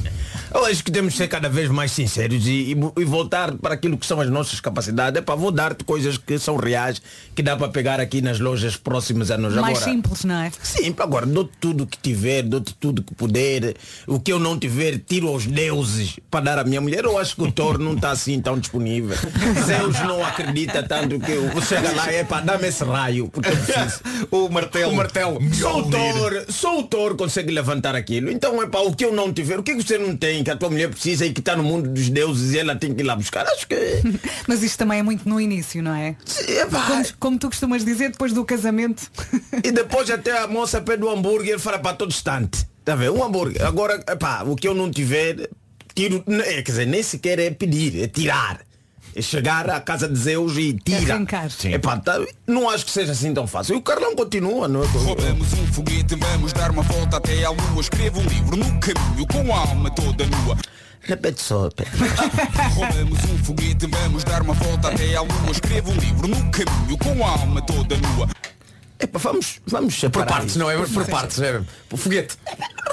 S12: Eu acho que temos de ser cada vez mais sinceros e, e- e voltar para aquilo que são as nossas capacidades. Epá, vou dar-te coisas que são reais, que dá para pegar aqui nas lojas próximas a nós
S3: Mais
S12: agora.
S3: simples, não é?
S12: Sim, agora dou-te tudo que tiver, dou-te tudo que puder. O que eu não tiver, tiro aos deuses para dar à minha mulher. Eu acho que o Thor não está assim tão disponível. Zeus não acredita tanto que eu vou chegar lá é para dar-me esse raio. Porque eu preciso.
S5: O martelo.
S12: O martelo. Só o Thor, só o Thor consegue levantar aquilo. Então é para o que eu não tiver, o que é que você não tem, que a tua mulher precisa e que está no mundo dos deuses e ela tem que ir lá buscar. Acho que
S3: Mas isto também é muito no início, não é? Como, como tu costumas dizer, depois do casamento.
S12: E depois até a moça pede um hambúrguer fala para todo instante. Tá vendo? Um hambúrguer. Agora, pá, o que eu não tiver, tiro. n- é, Quer dizer, nem sequer é pedir, é tirar. É chegar à casa de Zeus e tira.
S3: Arrancar. Sim.
S12: Epá, tá- não acho que seja assim tão fácil. E o Carlão continua, não é?
S11: Roubamos um foguete, vamos dar uma volta até à lua. Escrevo um livro no caminho com a alma toda nua.
S12: Repete só. pera.
S11: Roubamos um foguete, vamos dar uma volta até à lua. Escrevo um livro no caminho com a alma toda nua.
S12: Epá, vamos, vamos separar.
S6: Por partes,
S12: isso.
S6: não é? Mas por partes, não é? O foguete.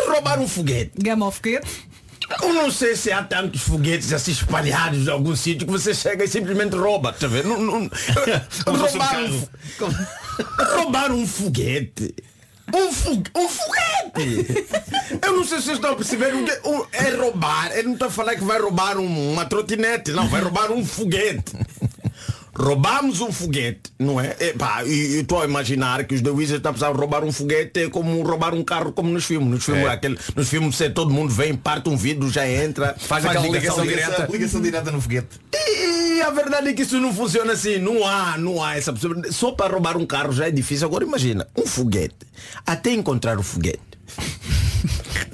S12: Roubar um foguete.
S3: Gama ao foguete.
S12: Eu não sei se há tantos foguetes assim espalhados em algum sítio que você chega e simplesmente rouba. Tá vendo? Não, não-
S5: fosse um
S12: roubar,
S5: carro.
S12: um, fo- roubar um foguete. Um, fo- um foguete! Eu não sei se vocês estão a perceber o que o- é roubar. Ele não está a falar que vai roubar um- uma trotinete, não, vai roubar um foguete. Roubamos um foguete, não é? Epá, e eu estou a imaginar que os The Wizards estão a precisar roubar um foguete é como roubar um carro como nos filmes. Nos filmes,
S5: É.
S12: aquele, nos filmes você, todo mundo vem, parte um vidro, já entra,
S6: Faz aquela ligação direta.
S5: Ligação direta no foguete.
S12: E, e a verdade é que isso não funciona assim. Não há, não há essa possibilidade. Só para roubar um carro já é difícil. Agora imagina, um foguete. Até encontrar o foguete.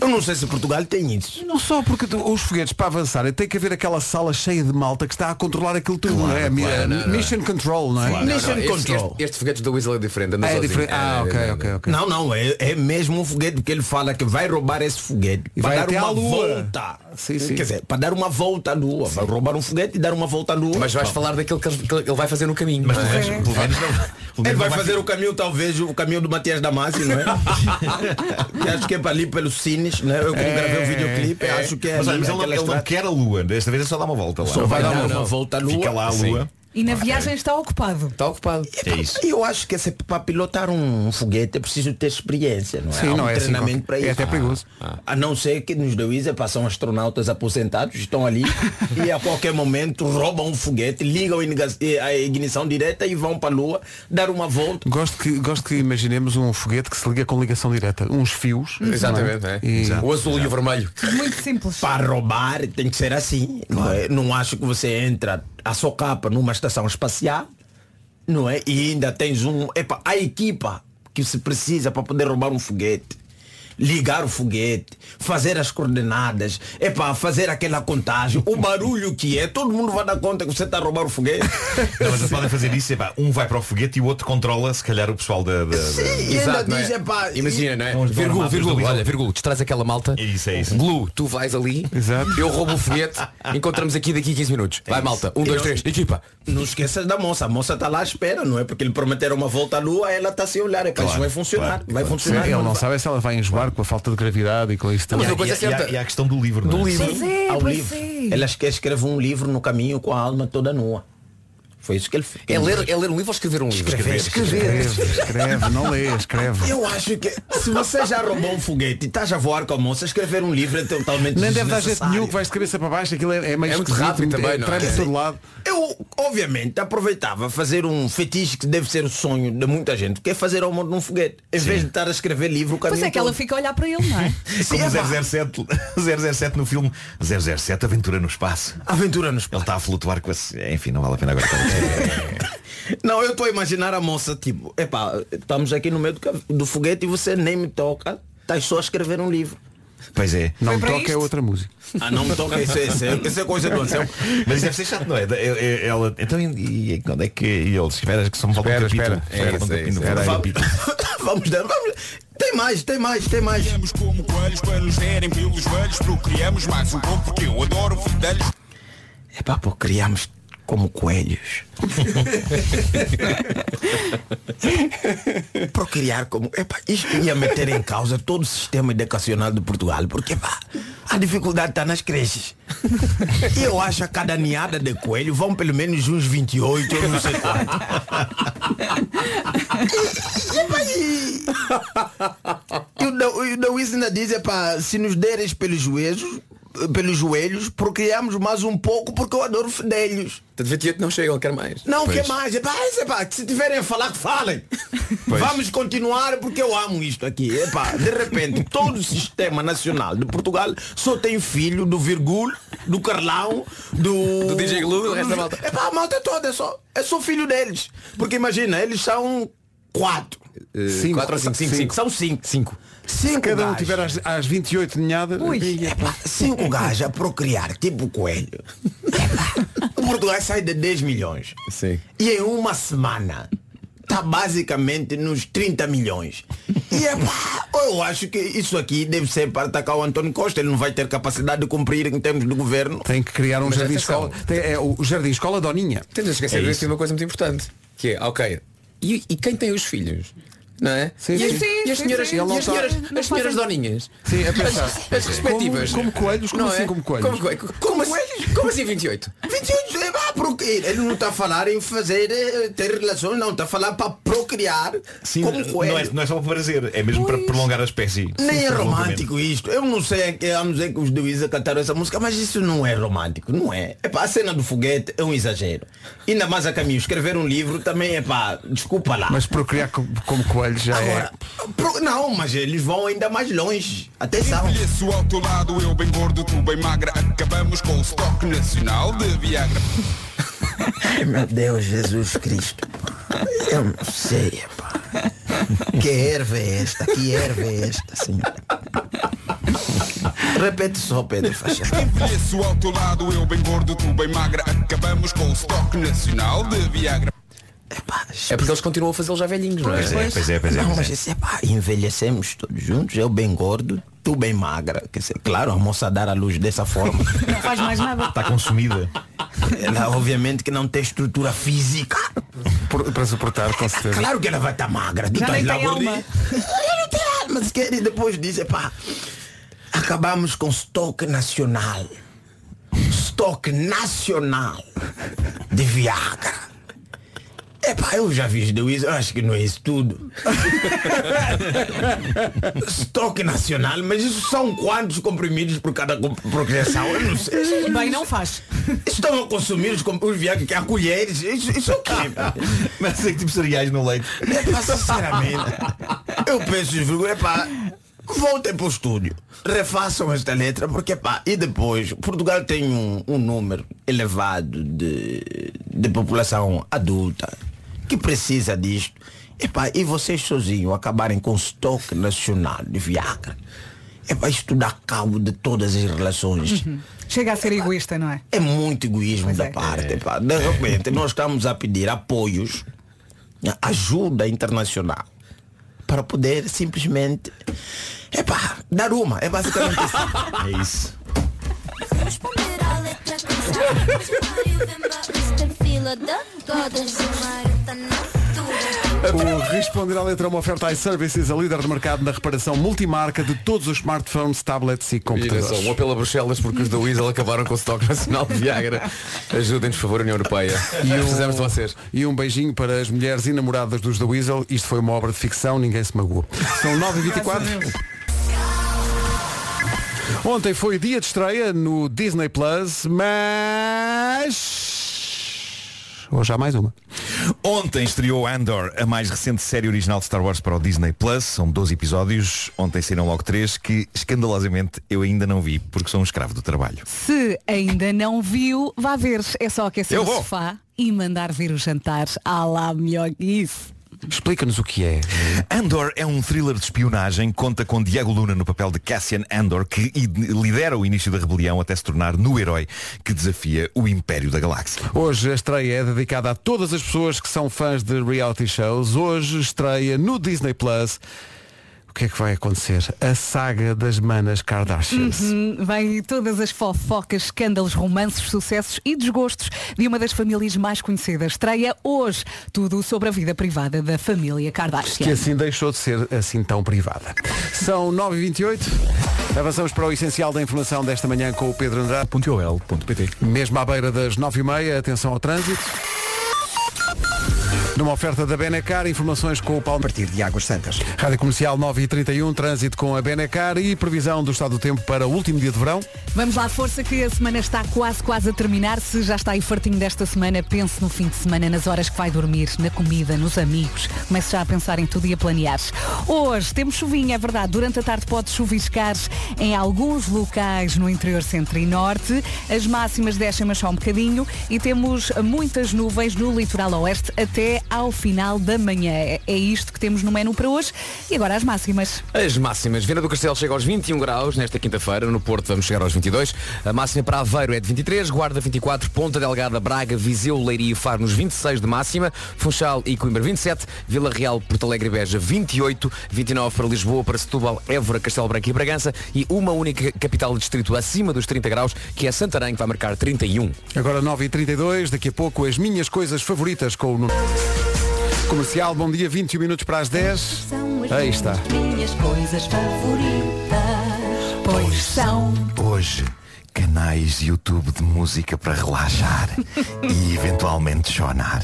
S12: Eu não sei se Portugal tem isso.
S1: Não só porque tu- os foguetes para avançarem tem que haver aquela sala cheia de malta que está a controlar aquilo tudo, não é? Mi-
S6: claro, não, não.
S1: Mission Control, não é?
S6: Não, não,
S12: Mission
S6: este-
S12: Control.
S6: Este, este foguete da Weasel é diferente. anda
S1: Ah, é
S6: sozinho.
S1: diferente. Ah,
S6: É,
S1: ok,
S6: é,
S1: ok, ok.
S12: Não, não, é, é mesmo um foguete que ele fala que vai roubar esse foguete.
S1: E vai
S12: para
S1: até
S12: dar uma
S1: à Lua.
S12: volta.
S1: Sim, sim.
S12: Quer dizer, para dar uma volta à lua. Vai roubar um foguete e dar uma volta à lua.
S6: Mas vais falar daquilo que ele, que ele vai fazer no caminho. Mas
S5: Pelo menos- pelo menos não- pelo
S12: Ele
S5: menos
S12: vai
S5: não
S12: fazer o caminho, talvez, o caminho do Matias Damasio, não é? que acho que é para ali pelos cines, né? Eu como gravei o videoclipe, acho que é
S5: Mas, olha,
S12: ali
S5: mas ele, não-
S12: naquela
S5: ele não
S12: estrada.
S5: quer a lua. Desta vez é só dar uma volta lá.
S12: Só
S5: Não
S12: vai dar
S5: não,
S12: uma
S5: não.
S12: volta à lua.
S5: Fica lá a
S12: Sim.
S5: lua.
S3: E na viagem está ocupado.
S6: Está ocupado.
S5: É isso.
S12: E Eu acho que esse- para pilotar um foguete é preciso ter experiência, não é?
S1: Sim,
S12: Há um
S1: não é assim
S12: treinamento
S1: qualquer-
S12: para
S1: é
S12: isso. Ah.
S1: até perigoso.
S12: A não ser que nos deu ISA passam astronautas aposentados, estão ali e a qualquer momento roubam um foguete, ligam a iniga- a ignição direta e vão para a Lua dar uma volta.
S1: Gosto que, gosto que imaginemos um foguete que se liga com ligação direta, uns fios.
S6: Exatamente,
S1: não
S6: é.
S1: E-
S6: O azul e o vermelho.
S3: Muito simples.
S12: Para roubar tem que ser assim. Não, é? não acho que você entra a socapa numa estação espacial, não é? E ainda tens um. Epa, a equipa que se precisa para poder roubar um foguete. Ligar o foguete, fazer as coordenadas, é para fazer aquela contagem, o barulho que é, todo mundo vai dar conta que você está a roubar o foguete.
S5: Não, mas eles podem fazer isso, é pá, um vai para o foguete e o outro controla, se calhar, o pessoal da. da- da-
S12: Sim, e ainda
S6: Exato, não é?
S12: diz, é pá,
S6: Imagina, não é?
S5: Com os
S6: Virgul,
S5: mapas do
S6: virgul,
S5: Lidl.
S6: olha, virgul, distrais aquela malta.
S5: É isso, é isso.
S6: Blue, tu vais ali,
S1: Exato.
S6: eu roubo o foguete, encontramos aqui daqui a 15 minutos. Vai malta, um, dois, três, equipa.
S12: Não esqueças da moça, a moça está lá à espera, não é? Porque lhe prometeram uma volta à lua, ela está sem olhar, é pá,
S5: Claro,
S12: isso vai funcionar,
S5: claro,
S12: vai
S5: claro.
S1: Sim, é
S12: funcionar.
S1: ele não
S12: vai-
S1: sabe se ela vai enjoar com a falta de gravidade e com isso
S6: Mas
S1: também.
S6: uma coisa
S5: e, a- e a-
S6: certa.
S5: e a questão do livro, não é?
S6: livro.
S3: Pois é,
S12: ao
S3: pois
S12: livro.
S3: é.
S12: Ela esque- escreve um livro no caminho com a alma toda nua. Foi isso que ele fez.
S6: É ler, é ler um livro ou escrever um livro?
S12: é
S1: Escreve, escreve, não lê, escreve.
S12: Eu acho que se você já roubou um foguete e estás a voar com a moça, escrever um livro é totalmente
S1: Nem deve dar jeito
S12: desnecessário.
S1: nenhum que vais de cabeça para baixo, aquilo é, é meio
S6: É muito
S1: esquisito,
S6: rápido também, não é?
S1: treme de todo lado.
S12: Eu, obviamente, aproveitava fazer um fetiche que deve ser o sonho de muita gente, que é fazer ao mundo num foguete. Em vez de estar a escrever livro, o caminho
S3: Pois é que ela
S12: todo.
S3: fica a olhar para ele, não é?
S12: Sim, é
S5: Como
S12: pá.
S5: 007, 007 no filme 007 Aventura no Espaço.
S12: Aventura nos
S5: Ele está a flutuar com esse. é, Enfim, não vale a pena agora. estar a dizer.
S12: Não, eu estou a imaginar a moça, tipo, epá, estamos aqui no meio do, ca- do foguete e você nem me toca, estás só a escrever um livro.
S5: Pois é.
S1: Não me toca é outra música.
S5: Ah, não me toca, isso é- isso é- isso é coisa do Anselmo. Mas isso deve ser chato, não é? É- é- Ela, então, e, e quando é que e eles esperas que só me falta um capítulo?
S1: espera,
S5: É,
S1: espera,
S5: falta um
S1: espera,
S5: capítulo.
S1: espera aí.
S5: Falta-
S12: vamos dar, vamos. Tem mais, tem mais, tem mais.
S11: Temos como coelhos para nos derem pelos velhos, procriamos mais um pouco porque eu adoro fidelhos.
S12: É pá, pô, criámos como coelhos. Procriar como. Epá, isto ia meter em causa todo o sistema educacional de Portugal, porque pá, a dificuldade está nas creches. E eu acho a cada ninhada de coelho vão pelo menos uns 28 ou não sei quanto. E, epá, e- e o Da- e o da Wisna diz, epá, se nos deres pelos joelhos, pelos joelhos, procriamos mais um pouco porque eu adoro fidelhos.
S6: Então, 28 não chega, ele quer mais.
S12: Não,
S6: Pois.
S12: que mais? Epá, é isso, epá, que se tiverem a falar, que falem. Vamos continuar porque eu amo isto aqui. Epá, de repente, todo o sistema nacional de Portugal só tem filho do Virgulho, do Carlão, do...
S6: Do DJ Glue, do resto da malta.
S12: Epá, a malta toda, é só, é só filho deles. Porque imagina, eles são quatro.
S6: Cinco. Eh, quatro ou cinco, cinco, cinco.
S12: São cinco.
S6: Cinco.
S1: Se
S12: Cinco
S1: cada um
S12: gajos.
S1: tiver às, às 28 ninhadas.
S12: Epá, cinco gajos a procriar, tipo coelho. Epá, Portugal sai de 10 milhões.
S6: Sim.
S12: E em uma semana está basicamente nos 30 milhões. E é pá, eu acho que isso aqui deve ser para atacar o António Costa. Ele não vai ter capacidade de cumprir em termos de governo.
S1: Tem que criar um
S6: Mas
S1: jardim
S6: atenção.
S1: escola. Tem- é o jardim escola Doninha.
S6: Tens a esquecer
S12: É
S6: disso
S12: isso.
S6: e uma coisa muito importante. Que é, ok, e, e quem tem os filhos? Não é?
S1: Sim,
S6: e, as,
S1: sim.
S6: e as
S3: Sim,
S6: senhoras,
S3: sim,
S6: e
S3: sim.
S6: as senhoras,
S3: Não
S6: as senhoras
S3: fazem-
S6: doninhas?
S1: Sim, a pensar.
S6: As, as respectivas.
S1: Como- como coelhos? Como
S6: Não é?
S1: assim como coelhos?
S6: Como, como, assim- como assim 28?
S12: 28 é pá, porque ele não está a falar em fazer eh, ter relações, não, está a falar para procriar
S5: Sim,
S12: como coelho.
S5: não, é, não é só para prazer, é mesmo para prolongar a espécie.
S12: Nem
S5: Sim,
S12: é
S5: prolongamento.
S12: romântico isto. Eu não sei a que anos é que os do Isa cantaram essa música, mas isso não é romântico, não é. é pá, a cena do foguete é um exagero. Ainda mais a caminho, escrever um livro também é pá, desculpa lá.
S1: Mas é- procriar co- como coelhos já
S12: Agora, pro- não, mas eles vão ainda mais longe. Atenção.
S11: Envelheço ao teu lado, eu bem gordo, tu bem magra. Acabamos com o estoque nacional de Viagra.
S12: Ai, meu Deus, Jesus Cristo. Eu não sei, pá. Que erva é esta? Que erva é esta, senhor? Repete só, Pedro Faixa.
S11: Envelheço ao teu lado, eu bem gordo, tu bem magra. Acabamos com o estoque nacional de Viagra.
S6: É porque eles continuam a fazê-los já velhinhos, não é?
S5: Pois é, pois é, pois é.
S12: Não,
S5: pois é.
S12: mas esse é pá, envelhecemos todos juntos, eu bem gordo, tu bem magra. Quer dizer, claro, a moça dar à luz dessa forma.
S3: Não faz mais nada.
S5: Está consumida.
S12: ela obviamente que não tem estrutura física.
S1: é. Para suportar, com certeza.
S12: Claro que ela vai estar magra. Tu
S3: Já
S12: estás
S3: nem
S12: lá
S3: tem
S12: gordinho.
S3: alma.
S12: Ela não tem alma, se quer, e depois diz, é pá, acabamos com estoque nacional. Estoque nacional de Viagra. Epá, eu já vi do isso, eu acho que não é isso tudo. Estoque nacional, mas isso são quantos comprimidos por cada com- progressão? Eu não sei.
S3: Bem, não faz.
S12: Estão a consumir os, com- os Viagra que há colheres. Isso, isso é o quê? pá?
S5: Mas é que tipo cereais no leite.
S12: Epá, sinceramente, eu penso em vergonha, pá, voltem para o estúdio, refaçam esta letra, porque pá, e depois, Portugal tem um, um número elevado de, de população adulta que precisa disto. Epá, e vocês sozinhos acabarem com o estoque nacional de Viagra. Epá, isto dá cabo de todas as relações.
S3: Chega a ser egoísta, não é?
S12: É muito egoísmo
S3: Pois
S12: da
S3: é.
S12: parte. pá. De repente, nós estamos a pedir apoios, né, ajuda internacional, para poder simplesmente epá, dar uma. É basicamente isso. É isso.
S1: O Responder à Letra é uma oferta iServices, a líder de mercado na reparação multimarca de todos os smartphones, tablets e
S6: E atenção,
S1: computadores.
S6: um apelo a Bruxelas porque os da Weasel acabaram com o estoque nacional de Viagra. Ajudem-nos, por favor, União Europeia. E precisamos de vocês.
S1: E um beijinho para as mulheres e namoradas dos The Weasel. Isto foi uma obra de ficção, ninguém se magoou. São 9h24. Ontem foi dia de estreia no Disney Plus, mas. Hoje há mais uma.
S5: Ontem estreou Andor, a mais recente série original de Star Wars para o Disney Plus. São 12 episódios. Ontem saíram logo três que, escandalosamente, eu ainda não vi, porque sou um escravo do trabalho.
S3: Se ainda não viu, vá ver. É só aquecer
S5: Eu
S3: o
S5: vou.
S3: sofá e mandar vir os jantares. Ah lá, melhor que isso.
S5: Explica-nos o que é. Andor é um thriller de espionagem, conta com Diego Luna no papel de Cassian Andor, que i- lidera o início da rebelião até se tornar no herói que desafia o Império da Galáxia.
S1: Hoje a estreia é dedicada a todas as pessoas que são fãs de reality shows. Hoje estreia no Disney Plus. O que é que vai acontecer? A saga das manas Kardashian.
S3: Uhum, Vem todas as fofocas, escândalos, romances, sucessos e desgostos de uma das famílias mais conhecidas. Estreia hoje tudo sobre a vida privada da família Kardashian.
S1: Que assim deixou de ser assim tão privada. São 9h28. Avançamos para o essencial da informação desta manhã com o Pedro Andrade.ol.pt Mesmo à beira das 9h30, atenção ao trânsito. Numa oferta da Benacar, informações com o Paulo
S2: Partir de Águas Santas.
S1: Rádio Comercial 9h31, trânsito com a Benacar e previsão do estado do tempo para o último dia de verão.
S3: Vamos lá, força que a semana está quase, quase a terminar. Se já está aí fartinho desta semana, pense no fim de semana, nas horas que vai dormir, na comida, nos amigos. Comece já a pensar em tudo e a planear. Hoje temos chuvinha, é verdade. Durante a tarde pode chuviscar em alguns locais no interior centro e norte. As máximas descem, mas só um bocadinho. E temos muitas nuvens no litoral oeste até ao final da manhã. É é isto que temos no menu para hoje. E agora as máximas.
S6: As máximas. Viana do Castelo chega aos 21 graus nesta quinta-feira. No Porto vamos chegar aos 22. A máxima para Aveiro é de 23, Guarda 24, Ponta Delgada, Braga, Viseu, Leiria e Faro nos 26 de máxima, Funchal e Coimbra 27, Vila Real, Porto Alegre e Beja 28, 29 para Lisboa, para Setúbal, Évora, Castelo Branco e Bragança e uma única capital de distrito acima dos 30 graus, que é Santarém, que vai marcar 31.
S1: Agora 9h32, daqui a pouco as minhas coisas favoritas com o Nuno. Comercial, bom dia, 21 minutos para as 10. Aí está.
S9: Minhas coisas favoritas, pois são.
S5: Hoje, canais de YouTube de música para relaxar e eventualmente chonar.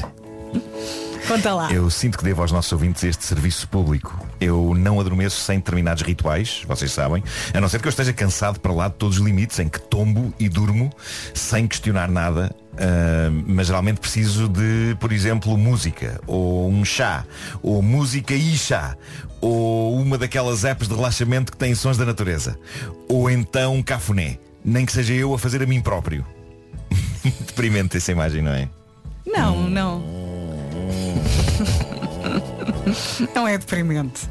S3: Conta lá.
S5: Eu sinto que devo aos nossos ouvintes este serviço público. Eu não adormeço sem determinados rituais, vocês sabem, a não ser que eu esteja cansado para lá de todos os limites, em que tombo e durmo sem questionar nada, ah, mas geralmente preciso de, por exemplo, música, ou um chá, ou música e chá, ou uma daquelas apps de relaxamento que têm sons da natureza, ou então um cafuné, nem que seja eu a fazer a mim próprio. Deprimente essa imagem, não é?
S3: Não, não. Não é deprimente.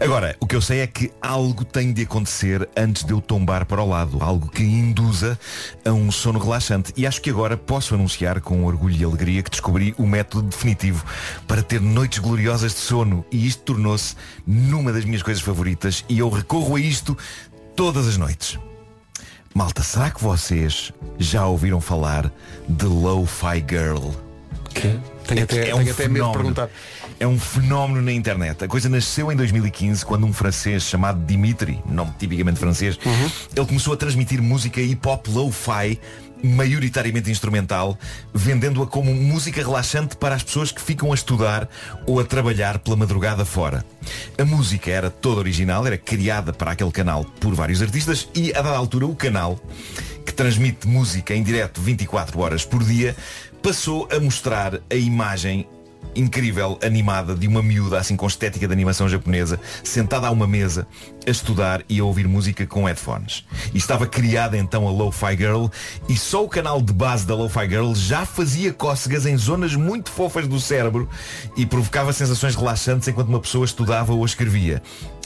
S5: Agora, o que eu sei é que algo tem de acontecer antes de eu tombar para o lado, algo que induza a um sono relaxante. E acho que agora posso anunciar com orgulho e alegria que descobri o método definitivo para ter noites gloriosas de sono. E isto tornou-se numa das minhas coisas favoritas e eu recorro a isto todas as noites. Malta, será que vocês já ouviram falar de Lo-Fi Girl?
S1: Que? Tenho até-
S5: um
S1: tenho até medo de perguntar.
S5: É um fenómeno na internet. A coisa nasceu em 2015 quando um francês chamado Dimitri, nome tipicamente francês, ele começou a transmitir música hip-hop lo-fi, maioritariamente instrumental, vendendo-a como música relaxante para as pessoas que ficam a estudar ou a trabalhar pela madrugada fora. A música era toda original, era criada para aquele canal por vários artistas e, a dada altura, o canal, que transmite música em direto 24 horas por dia, passou a mostrar a imagem incrível, animada, de uma miúda assim com estética de animação japonesa, sentada a uma mesa, a estudar e a ouvir música com headphones. E estava criada então a Lo-Fi Girl e só o canal de base da Lo-Fi Girl já fazia cócegas em zonas muito fofas do cérebro e provocava sensações relaxantes enquanto uma pessoa estudava ou escrevia.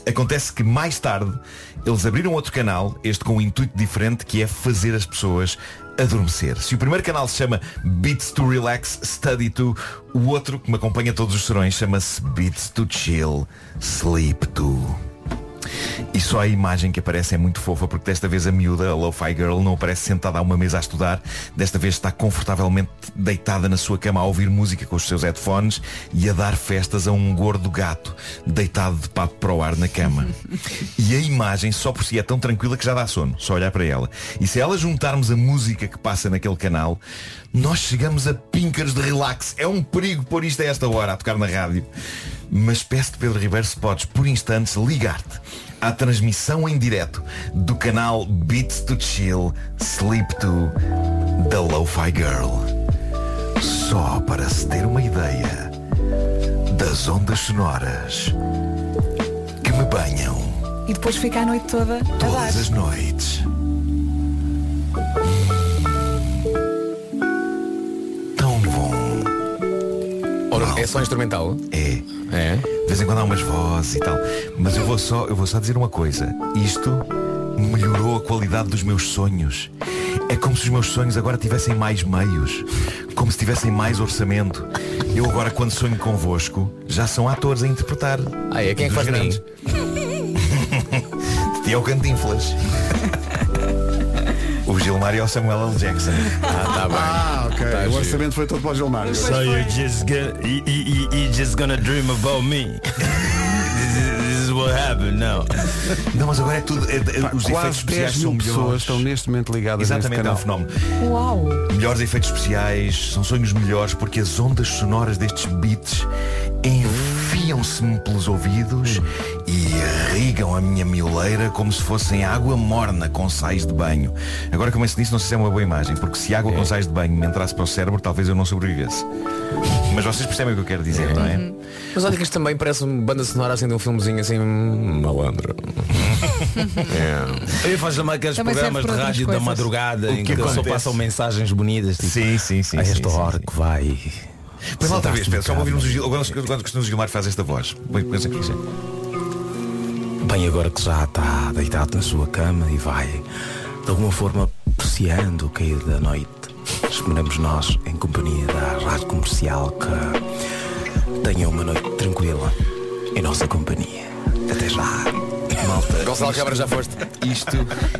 S5: Acontece que mais tarde eles abriram outro canal, este com um intuito diferente, que é fazer as pessoas adormecer. Se o primeiro canal se chama Beats to Relax, Study to, o outro que me acompanha todos os serões chama-se Beats to Chill, Sleep to. E só a imagem que aparece é muito fofa porque desta vez a miúda, a Lo-Fi Girl, não aparece sentada a uma mesa a estudar. Desta vez está confortavelmente deitada na sua cama a ouvir música com os seus headphones e a dar festas a um gordo gato deitado de papo para o ar na cama. e a imagem só por si é tão tranquila que já dá sono, só olhar para ela. E se ela juntarmos a música que passa naquele canal, nós chegamos a píncaros de relax. É um perigo pôr isto a esta hora a tocar na rádio. Mas peço-te, Pedro Ribeiro, se podes, por instantes, ligar-te à transmissão em direto do canal Beats to Chill Sleep To da Lo-Fi Girl. Só para se ter uma ideia das ondas sonoras que me banham
S3: E depois fica a noite toda a dar.
S5: todas as noites. Hum. Tão bom.
S6: Ora, é só instrumental?
S5: É. É? De vez em quando há umas vozes e tal. Mas eu vou só, eu vou só dizer uma coisa. Isto melhorou a qualidade dos meus sonhos. É como se os meus sonhos agora tivessem mais meios. Como se tivessem mais orçamento. Eu agora, quando sonho convosco, já são atores a interpretar.
S6: Ah, é? Quem é que
S5: Dos
S6: faz de mim?
S5: De ti é o Cantinflas. o Gilmar e o Samuel L. Jackson. Ah, tá bem.
S1: Ah, ok.
S5: Tá
S1: o
S5: giro.
S1: orçamento foi todo para o Gilmar.
S13: So you just gonna you, you, you- you just gonna dream about me. this, is, this is what happened now.
S5: Não, mas agora é tudo. é- é-
S1: Pá,
S5: os efeitos
S1: Quase
S5: especiais
S1: 10 mil
S5: são
S1: pessoas
S5: melhores.
S1: estão neste momento ligadas neste
S5: Exatamente, é um
S1: canal.
S5: fenómeno.
S3: Uau!
S5: Melhores efeitos especiais, são sonhos melhores porque as ondas sonoras destes beats enfiam-se-me pelos ouvidos e irrigam a minha mioleira como se fossem água morna com sais de banho. Agora que eu penso nisso, não sei se é uma boa imagem, porque se água com sais de banho me entrasse para o cérebro, talvez eu não sobrevivesse. Mas vocês percebem o que eu quero dizer, não é?
S6: Mas olha que isto também parece uma banda sonora assim de um filmezinho assim hum, malandro. É.
S13: Eu faço também aqueles
S6: Também serve
S13: programas de
S6: para outras
S13: rádio da
S6: coisas.
S13: madrugada
S6: O
S13: em
S6: que
S13: que só
S6: acontece?
S13: passam mensagens bonitas. Tipo, sim, sim, sim. A esta hora que vai.
S5: Põe lá outra
S13: Soltaste-me
S5: vez, Pedro, só para ouvirmos o
S13: cabo.
S5: Gil... quando, quando, quando o Gilmar faz esta voz. é. Põe- põe aqui, sim.
S13: Bem agora que já está deitado na sua cama e vai, de alguma forma, apreciando o cair da noite. Esperamos nós, em companhia da rádio comercial, que tenha uma noite tranquila em nossa companhia. Até já. Malta.
S5: Gonçalo Câmara já foste. Isto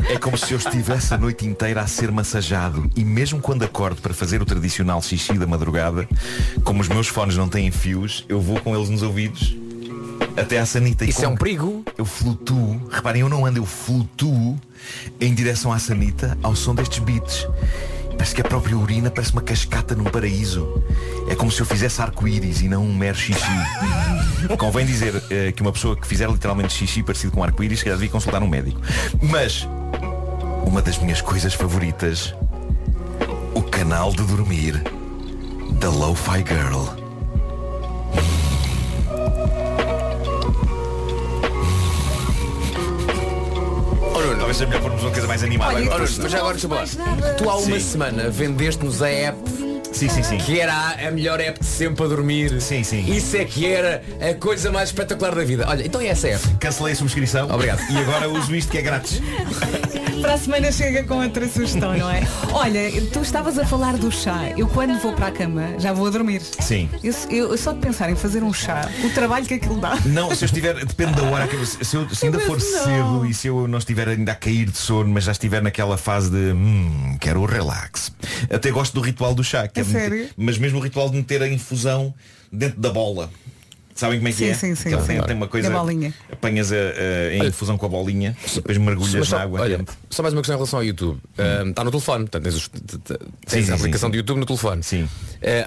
S5: é como se eu estivesse a noite inteira a ser massajado. E mesmo quando acordo para fazer o tradicional xixi da madrugada, como os meus fones não têm fios, eu vou com eles nos ouvidos até à sanita.
S6: Isso é um
S5: perigo. Eu flutuo. Reparem, eu não ando, eu flutuo em direção à sanita ao som destes beats. Parece que a própria urina parece uma cascata num paraíso. É como se eu fizesse arco-íris e não um mero xixi. Convém dizer eh, que uma pessoa que fizer literalmente xixi parecido com arco-íris, se calhar devia consultar um médico. Mas uma das minhas coisas favoritas, o canal de dormir da Lo-Fi Girl. Oh, Nuno, Talvez seja melhor pormos uma coisa mais animada.
S6: Olha,
S5: agora. é?
S6: mas Oh, já agora deixa eu falar. Tu há uma semana vendeste-nos a app que era a- a melhor app de sempre a dormir. Sim, sim. Isso é que era a coisa mais espetacular da vida. Olha, então é essa app.
S5: Cancelei a subscrição.
S6: Obrigado.
S5: E agora uso isto que é grátis.
S3: Para a semana chega com outra sugestão, não é? Olha, tu estavas a falar do chá. Eu quando vou para a cama já vou a dormir.
S5: Sim.
S3: Eu, eu- eu só de pensar em fazer um chá, o trabalho que aquilo dá.
S5: Não, se eu estiver, depende da hora que eu, se, eu, se ainda
S3: Mas
S5: for
S3: não.
S5: cedo e se eu não estiver ainda a cair de sono, mas já estiver naquela fase de hum, quero o relax. Até gosto do ritual do chá, que
S3: A
S5: é meter-
S3: sério?
S5: mas mesmo o ritual de meter a infusão dentro da bola. Sabem como é que
S3: Sim,
S5: é?
S3: sim, sim,
S5: Aquela
S3: sim.
S5: Tem, tem uma coisa.
S3: Da bolinha.
S5: Apanhas a, a- a infusão com a bolinha, depois mergulhas
S6: Mas só-
S5: na água.
S6: Olha,
S5: quente.
S6: só mais uma questão em relação ao YouTube. Ahm, Está no telefone, portanto, tens, os- t- t- tens
S5: Sim, sim,
S6: a aplicação
S5: sim, sim.
S6: do YouTube no telefone. Sim.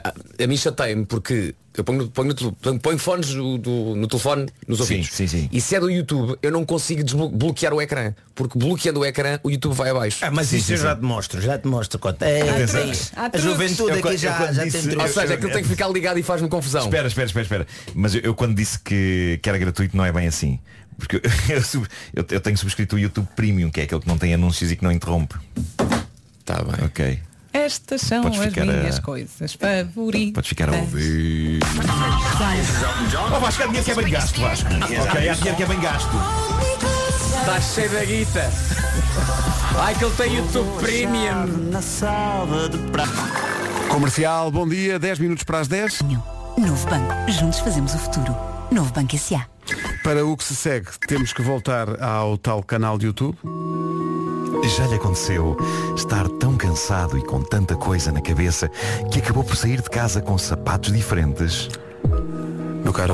S6: a, a mim chatei-me porque eu ponho, no- ponho, no tel- ponho, ponho fones do, do- no telefone nos ouvidos. Sim, sim, sim. E se é do YouTube, eu não consigo desbloquear o ecrã. Porque bloqueando o ecrã, o YouTube vai abaixo.
S13: Ah, mas isso eu já te mostro, já te mostro quanto é.
S6: Atenção.
S13: A juventude aqui já, já tem
S6: Ou
S13: truques.
S6: seja, aquilo tem que ficar ligado e faz-me confusão.
S5: é Espera, espera, espera, espera. Mas eu, eu quando disse que, que era gratuito não é bem assim. Porque eu, eu sub- eu- eu tenho subscrito o YouTube Premium, que é aquele que não tem anúncios e que não interrompe.
S6: Tá bem.
S5: Ok.
S3: Estas são
S5: Podes
S3: as
S5: ficar a-
S3: minhas coisas favoritas.
S5: Podes ficar a ouvir. Oh, Vasco, há dinheiro que é bem gasto, Vasco. Ok, há dinheiro que é bem gasto.
S6: Está cheio da guita. Ai que ele tem YouTube Premium.
S9: Na sala de prato.
S1: Comercial, bom dia, 10 minutos para as 10.
S9: Novo Banco. Juntos fazemos o futuro. Novo Banco S.A.
S1: Para o que se segue, temos que voltar ao tal canal de YouTube.
S5: Já lhe aconteceu estar tão cansado e com tanta coisa na cabeça que acabou por sair de casa com sapatos diferentes?
S1: Meu caro,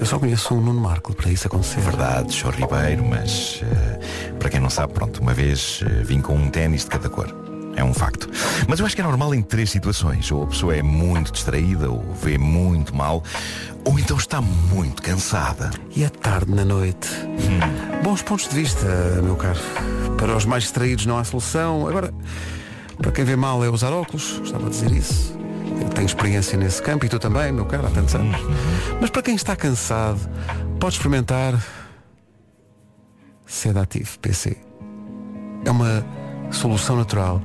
S1: eu só conheço um Nuno Marco para isso
S6: É
S1: acontecer.
S5: Verdade, sou Ribeiro, mas eh, para quem não sabe, pronto, uma vez eh, vim com um ténis de cada cor. É um facto. Mas eu acho que é normal em três situações. Ou a pessoa é muito distraída, ou vê muito mal, ou então está muito cansada.
S1: E à tarde, na noite. Bons pontos de vista, meu caro. Para os mais distraídos não há solução. Agora, para quem vê mal é usar óculos, estava a dizer isso. Eu tenho experiência nesse campo e tu também, meu caro, há tantos anos. Mas para quem está cansado, pode experimentar Sedativo PC. É uma solução natural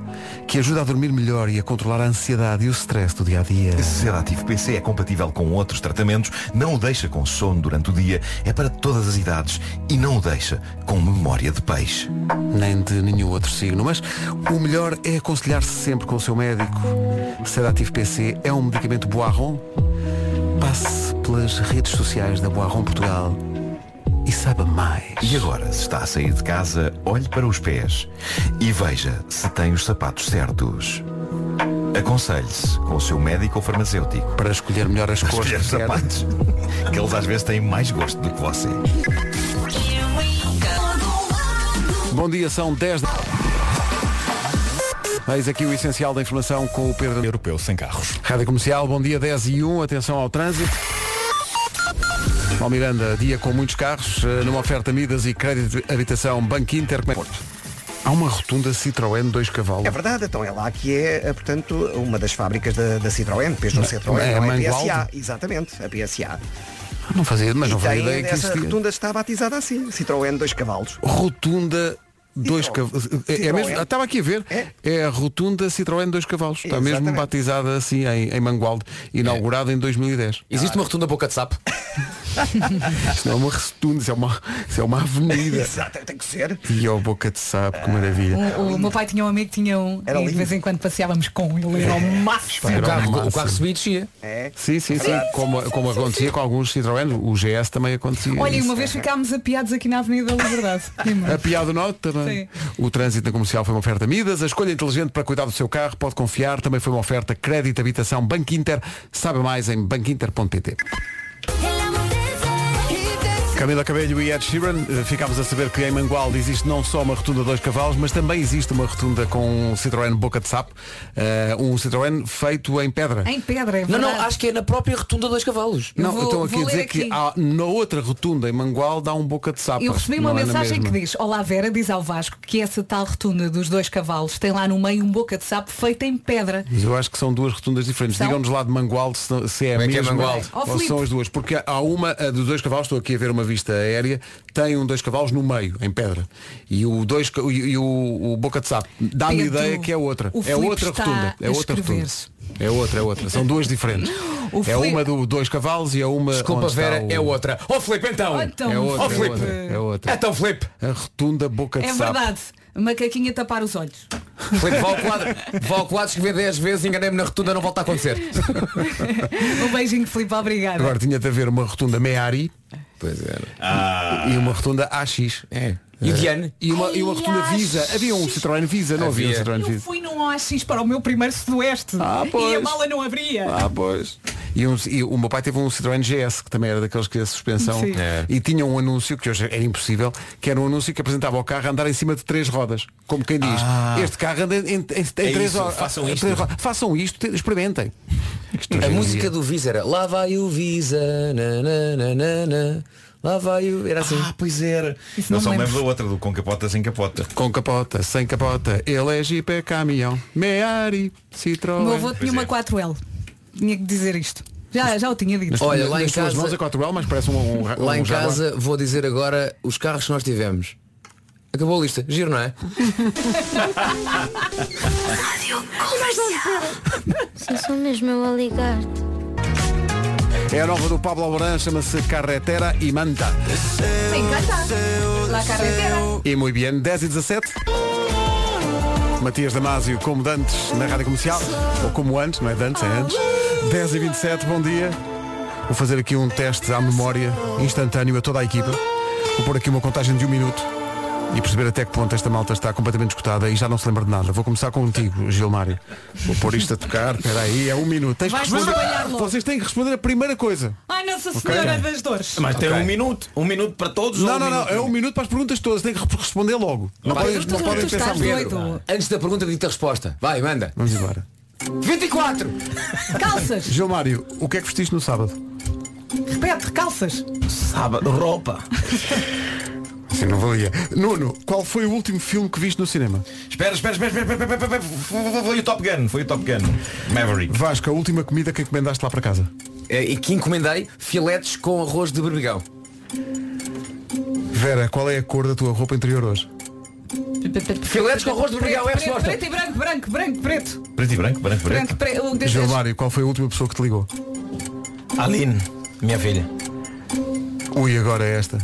S1: que ajuda a dormir melhor e a controlar a ansiedade e o stress do dia a dia.
S5: Sedativo PC é compatível com outros tratamentos, não o deixa com sono durante o dia, é para todas as idades e não o deixa com memória de peixe.
S1: Nem de nenhum outro signo, mas o melhor é aconselhar-se sempre com o seu médico. Sedativo PC é um medicamento Boiron. Passe pelas redes sociais da Boiron Portugal e saiba mais.
S5: E agora, se está a sair de casa, olhe para os pés e veja se tem os sapatos certos. Aconselhe-se com o seu médico ou farmacêutico.
S1: Para escolher melhor as cores
S5: Escolher
S1: que quer.
S5: sapatos. que eles às vezes têm mais gosto do que você.
S1: Bom dia, são 10 da... Eis aqui o essencial da informação com o Pedro Europeu sem carros. Rádio Comercial, bom dia 10 e 1, atenção ao trânsito. Paulo Miranda, dia com muitos carros, eh, numa oferta Midas e crédito de habitação Banco Inter. Como é que- Há uma rotunda Citroën 2 cavalos.
S2: É verdade, então é lá que é, eh, portanto, uma das fábricas da, da Citroën, Peugeot
S1: Não,
S2: Citroën, não
S1: é
S2: é a
S1: Mangualde?
S2: PSA, exatamente, a PSA.
S1: Não fazia, mas
S2: e
S1: não fazia
S2: tem,
S1: ideia que
S2: essa
S1: existia.
S2: rotunda está batizada assim, Citroën dois cavalos.
S1: Rotunda 2 cavalos. É, é
S2: Citroën.
S1: mesmo, ah, estava aqui a ver. É, a rotunda Citroën 2 cavalos. Está mesmo
S2: Exatamente.
S1: batizada assim em, em Mangualde, inaugurada em 2010.
S5: Ah.
S6: Existe uma rotunda boca de sapo?
S1: Isto não é uma rotunda, isso é uma, isso é uma avenida.
S2: Exato, tem que ser.
S1: E ao boca de sapo, que maravilha.
S3: O, o meu pai tinha um amigo que tinha um
S1: Era
S3: e de
S1: lindo.
S3: vez em quando passeávamos com ele. Era o máximo.
S1: Era um máximo.
S6: subia e descia.
S2: É.
S1: Sim, sim, sim. Como, como acontecia com alguns Citroën, o GS também acontecia.
S3: Olha, e
S1: isso.
S3: uma vez ficámos apiados aqui na Avenida da Liberdade.
S1: A piada norte também. é? O trânsito na comercial foi uma oferta Midas. A escolha inteligente para cuidar do seu carro pode confiar. Também foi uma oferta crédito, habitação, Banco Inter. Sabe mais em banquinter.pt. Camila Cabelho e Ed Sheeran, Eh, ficámos a saber que em Mangualde existe não só uma rotunda de dois cavalos, mas também existe uma rotunda com um Citroën boca de sapo, Eh, um Citroën feito em pedra.
S3: Em pedra, é
S6: Não, não,
S3: verdade.
S6: acho que é na própria rotunda dos cavalos.
S3: Eu
S1: Não,
S3: vou-
S1: estão aqui
S3: vou
S1: a dizer
S3: ler
S1: que
S3: aqui.
S1: há, na outra rotunda em Mangualde há um boca de sapo.
S3: Eu recebi uma
S1: Não é na
S3: mensagem que
S1: mesma.
S3: diz Olá Vera, diz ao Vasco que essa tal retunda dos dois cavalos tem lá no meio um boca de sapo feita em pedra.
S1: Mas eu acho que são duas rotundas diferentes.
S3: São?
S1: Digam-nos lá de Mangualde se, não- se é a
S6: Como é que é
S1: mesma
S6: Mangualde?
S3: Ó,
S1: ou se
S3: Filipe.
S1: são as duas. Porque há uma a dos dois cavalos, estou aqui a ver uma vista aérea, tem um dois cavalos no meio, em pedra. E o, dois, ca- e, e o, o boca de sapo dá-me
S3: Pedro,
S1: ideia que é outra.
S3: o
S1: É
S3: Filipe
S1: outra
S3: está
S1: rotunda. É
S3: a
S1: outra rotunda.
S3: escrever-se.
S1: É outra, é outra. São duas diferentes.
S3: O
S1: É
S3: Filipe-
S1: uma do dois cavalos e é uma.
S6: Desculpa,
S1: onde está
S6: Vera,
S1: o-
S6: é outra. Ó Filipe, então!
S3: Ah, então,
S1: É outra,
S6: Ó
S1: é
S6: Filipe!
S1: outra, é outra.
S6: Então, Filipe!
S1: A rotunda boca de
S3: É
S1: sapo.
S3: verdade. Macaquinha tapar os olhos.
S6: Filipe, vá ao quadro, vá ao quadro escrever 10 vezes, enganei-me na rotunda, não volta a acontecer.
S3: Um beijinho, Filipe, obrigada.
S1: Agora tinha de haver uma rotunda Meari. Pois
S6: é.
S1: era. E uma rotunda AX. É.
S6: E o Diane?
S1: E uma, e uma rotunda
S3: Ai,
S1: Visa.
S3: AX.
S1: Havia um Citroën Visa, não havia, um
S6: Havia.
S1: Citroën
S3: Eu
S1: Visa.
S3: fui num OAX para o meu primeiro Sudoeste
S1: Ah,
S3: e a
S1: pois.
S3: mala não abria.
S1: Ah, pois. E, um- e o meu pai teve um Citroën GS, que também era daqueles que a suspensão.
S3: Sim.
S5: É.
S1: E tinha um anúncio, que hoje era impossível, que era um anúncio que apresentava o carro a andar em cima de três rodas. Como quem diz,
S5: Ah.
S1: este carro anda em, em- em três
S5: isso,
S1: rodas.
S5: façam
S1: em
S5: isto.
S1: três rodas. Façam isto, te- experimentem. Isto hoje
S6: A
S1: em
S6: música
S1: dia.
S6: do Visa era Lá vai o Visa, na, na, na, na, na. lá vai o. Era assim.
S5: Ah, pois era.
S6: Isso
S5: Eu
S6: não
S5: só me
S6: me
S5: lembro da outra, do com capota sem capota.
S1: Com capota, sem capota, ele é Jeep, é caminhão. Meari,
S3: O meu
S1: Citroën.
S3: avô tinha
S5: Pois
S3: uma
S5: é.
S3: 4L. Tinha que dizer isto. Já, já o tinha dito.
S1: Nas
S6: Olha,
S1: tuas-
S6: lá em
S1: nas tuas
S6: casa-
S1: mãos é 4L, mas parece um, um, ra-
S6: Lá
S1: um
S6: em
S1: Jaguar.
S6: casa vou dizer agora os carros que nós tivemos. Acabou a lista. Giro, não é?
S14: Só sou mesmo eu a ligar-te.
S1: É a nova do Pablo Alborán, chama-se Carretera e Manta.
S3: Sim, cantar. Lá carretera.
S1: E muito bem, 10 e 17. Matias Damasio, como Dantes, na Rádio Comercial. Ou como antes, não é Dantes, é antes. 10 e 27, bom dia. Vou fazer aqui um teste à memória instantâneo a toda a equipa. Vou pôr aqui uma contagem de um minuto e perceber até que ponto esta malta está completamente escutada e já não se lembra de nada. Vou começar contigo, Gilmário. Vou pôr isto a tocar, espera aí, é um minuto. Tens que
S3: Vais
S1: responder.
S3: trabalhar logo.
S1: Vocês têm que responder a primeira coisa.
S3: Ai, Nossa
S1: Ok.
S3: Senhora das Dores.
S12: Mas tem
S1: Ok.
S12: um minuto. Um minuto para todos ou
S1: Não,
S12: um
S1: não, não,
S12: minuto?
S1: é um minuto para as perguntas todas, tem que re- responder logo. Não
S6: Vai.
S1: podem, não podem pensar muito.
S3: um.
S6: Antes da pergunta, dita a resposta. Vai, manda.
S1: Vamos embora.
S6: 24!
S3: Calças.
S1: Gilmário, o que é que vestiste no sábado?
S3: Repete, calças.
S1: Sábado, roupa. Assim não valia. Nuno, qual foi o último filme que viste no cinema?
S5: Espera, espera, espera, espera, espera, espera, espera, espera. Foi o Top Gun, foi o Top Gun. Maverick.
S1: Vasco, a última comida que encomendaste lá para casa?
S6: Eh, E que encomendei filetes com arroz de berbigão.
S1: Vera, qual é a cor da tua roupa interior hoje?
S6: Filetes com rosto de Miguel Hermes
S3: preto,
S6: Costa.
S3: preto e branco, branco, branco, preto.
S5: Preto e branco, branco,
S3: Branco, preto. o desse-
S1: João Mário, qual foi a última pessoa que te ligou?
S13: Aline, minha filha.
S1: Ui, agora é esta.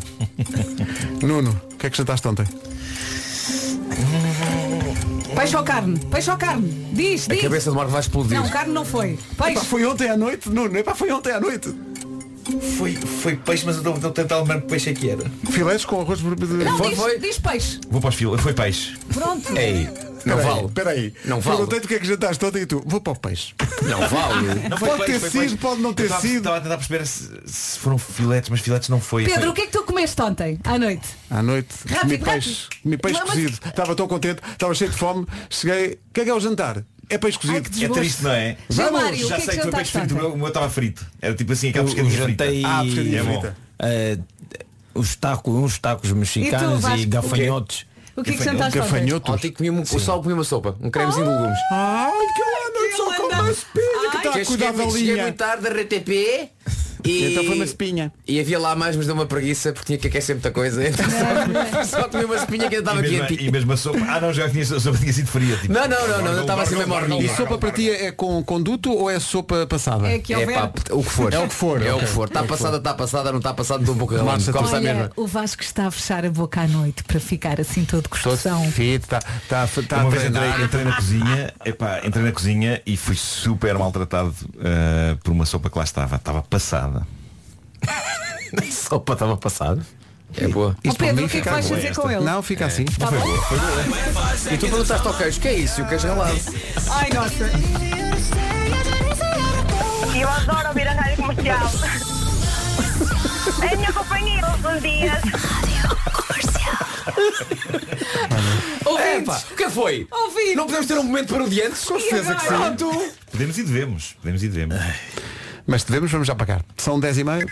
S1: Nuno, o que é que jantaste ontem?
S3: Peixe ou carne? Peixe ou carne? Diz,
S6: A
S3: diz.
S6: cabeça do Marco vai explodir.
S3: Não, carne não foi. Peixe.
S1: Epá, foi ontem à noite, Nuno. Epá, foi ontem à noite.
S5: Foi, foi peixe, mas eu estou- estou a tentar lembrar que peixe é que era.
S1: Filetes com arroz de
S3: Não,
S5: Foi,
S3: diz,
S5: foi.
S3: diz peixe.
S5: Vou para os filas. Foi peixe.
S3: Pronto.
S5: Ei, não
S1: Peraí,
S5: vale.
S1: Peraí.
S5: Não vale.
S1: Perguntei-te o que é que jantaste ontem e tu. Vou para o peixe.
S6: Não vale.
S5: Não foi
S1: Pode
S5: peixe,
S1: ter
S5: foi
S1: sido,
S5: peixe.
S1: pode não
S5: Eu
S1: ter
S5: estava-
S1: sido.
S5: Estava a tentar perceber se, se foram filetes, mas filetes não foi.
S3: Pedro,
S5: Foi-
S3: o que é que tu comeste ontem, à noite?
S1: À noite,
S3: Rápido,
S1: comi
S3: rápido.
S1: peixe, comi peixe
S3: Não, mas-
S1: cozido. Estava tão contente, estava cheio de fome. Cheguei. O que é que é o jantar? É peixe cozido.
S5: É triste, não é?
S3: João Mário, o
S5: já
S3: que é que
S5: sei que foi peixe
S3: jantaste
S5: frito, o meu- o meu estava frito. Era tipo assim, aquela
S13: Eu- eu
S5: pescadinha frita.
S13: jantei
S5: Ah,
S1: é
S5: pescadinha frita.
S13: eh, os tacos, uns tacos mexicanos e,
S3: Vasco?
S13: gafanhotos.
S3: O que é que jantaste ontem?
S6: Ontem comi um, o sal comi uma sopa, um cremezinho de legumes.
S1: Ai, que lá não só com uma espinha que é está a
S6: Cheguei-
S1: cuidar Ah, da
S6: Cheguei muito
S1: linha.
S6: tarde da RTP e...
S1: Então foi uma espinha.
S6: E havia lá mais, mas deu uma preguiça porque tinha que aquecer muita coisa. Então só, só comi uma espinha que ainda
S5: E
S6: estava
S5: mesmo, a-
S6: quente.
S5: e mesmo a sopa. Ah não, já tinha, a sopa tinha sido fria. Tipo,
S6: Não, não, não, não, não estava assim mesmo
S1: E
S6: horrível.
S1: sopa para ti é com conduto ou é sopa passada?
S3: É que
S6: É
S3: houver.
S6: pá, o que for.
S1: É o que for,
S6: É o
S1: ok.
S6: que for. Está
S1: É o que
S6: passada,
S1: for.
S6: está passada, não está passada, estou um pouco
S1: Marcha
S6: relâmpago. Come-se à
S3: Olha,
S6: mesma.
S3: o Vasco está a fechar a boca à noite para ficar assim todo gostosão.
S1: Fit, está tá, tá
S5: Uma
S1: a
S5: vez
S1: treinar.
S5: entrei, entrei na cozinha, epá, entrei na cozinha e fui super maltratado ah, por uma sopa que lá estava. Estava passada.
S6: Sopa estava passada. É boa.
S3: Ó Pedro, o que é que vais fazer com ele?
S1: Não,
S6: É.
S1: fica assim.
S3: Tá bom?
S6: E tu perguntaste ao queijo, que é isso? E o queijo ralado.
S3: Ai, nossa.
S15: Eu adoro ouvir a rádio comercial. É a minha companhia aos bons dias.
S6: Ouvintes, o que foi?
S3: Ouvi.
S6: Não podemos ter um momento para o diante? Com
S3: certeza que sim.
S6: Pronto.
S5: Podemos e devemos. Podemos e devemos.
S1: Mas se devemos, vamos já pagar. São 10 e meia.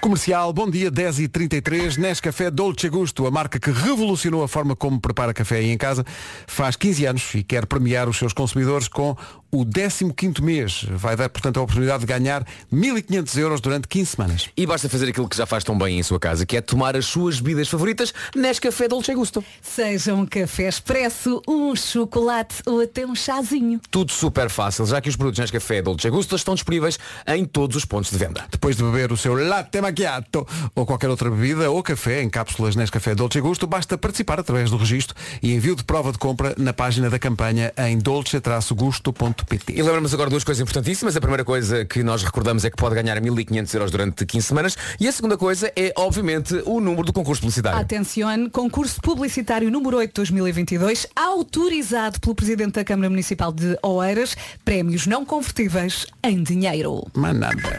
S1: Comercial, bom dia, 10 e 33 Nescafé Dolce Gusto, a marca que revolucionou a forma como prepara café aí em casa, faz 15 anos e quer premiar os seus consumidores com o 15º mês. Vai dar, portanto, a oportunidade de ganhar 1.500 euros durante 15 semanas.
S6: E basta fazer aquilo que já faz tão bem em sua casa, que é tomar as suas bebidas favoritas Nescafé Dolce Gusto.
S3: Seja um café expresso, um chocolate ou até um chazinho.
S6: Tudo super fácil, já que os produtos Nescafé Dolce Gusto estão disponíveis em todos os pontos de venda.
S1: Depois de beber o seu latte macchiato ou qualquer outra bebida ou café em cápsulas Nescafé Dolce Gusto, basta participar através do registro e envio de prova de compra na página da campanha em dolce-gusto.pt.
S6: E lembramos agora duas coisas importantíssimas. A primeira coisa que nós recordamos é que pode ganhar 1.500 euros durante 15 semanas. E a segunda coisa é, obviamente, o número do concurso
S5: É.
S6: publicitário.
S3: Ah, Atencione, concurso publicitário número 8 de 2022, autorizado pelo Presidente da Câmara Municipal de Oeiras, prémios não convertíveis em dinheiro.
S1: Mas nada.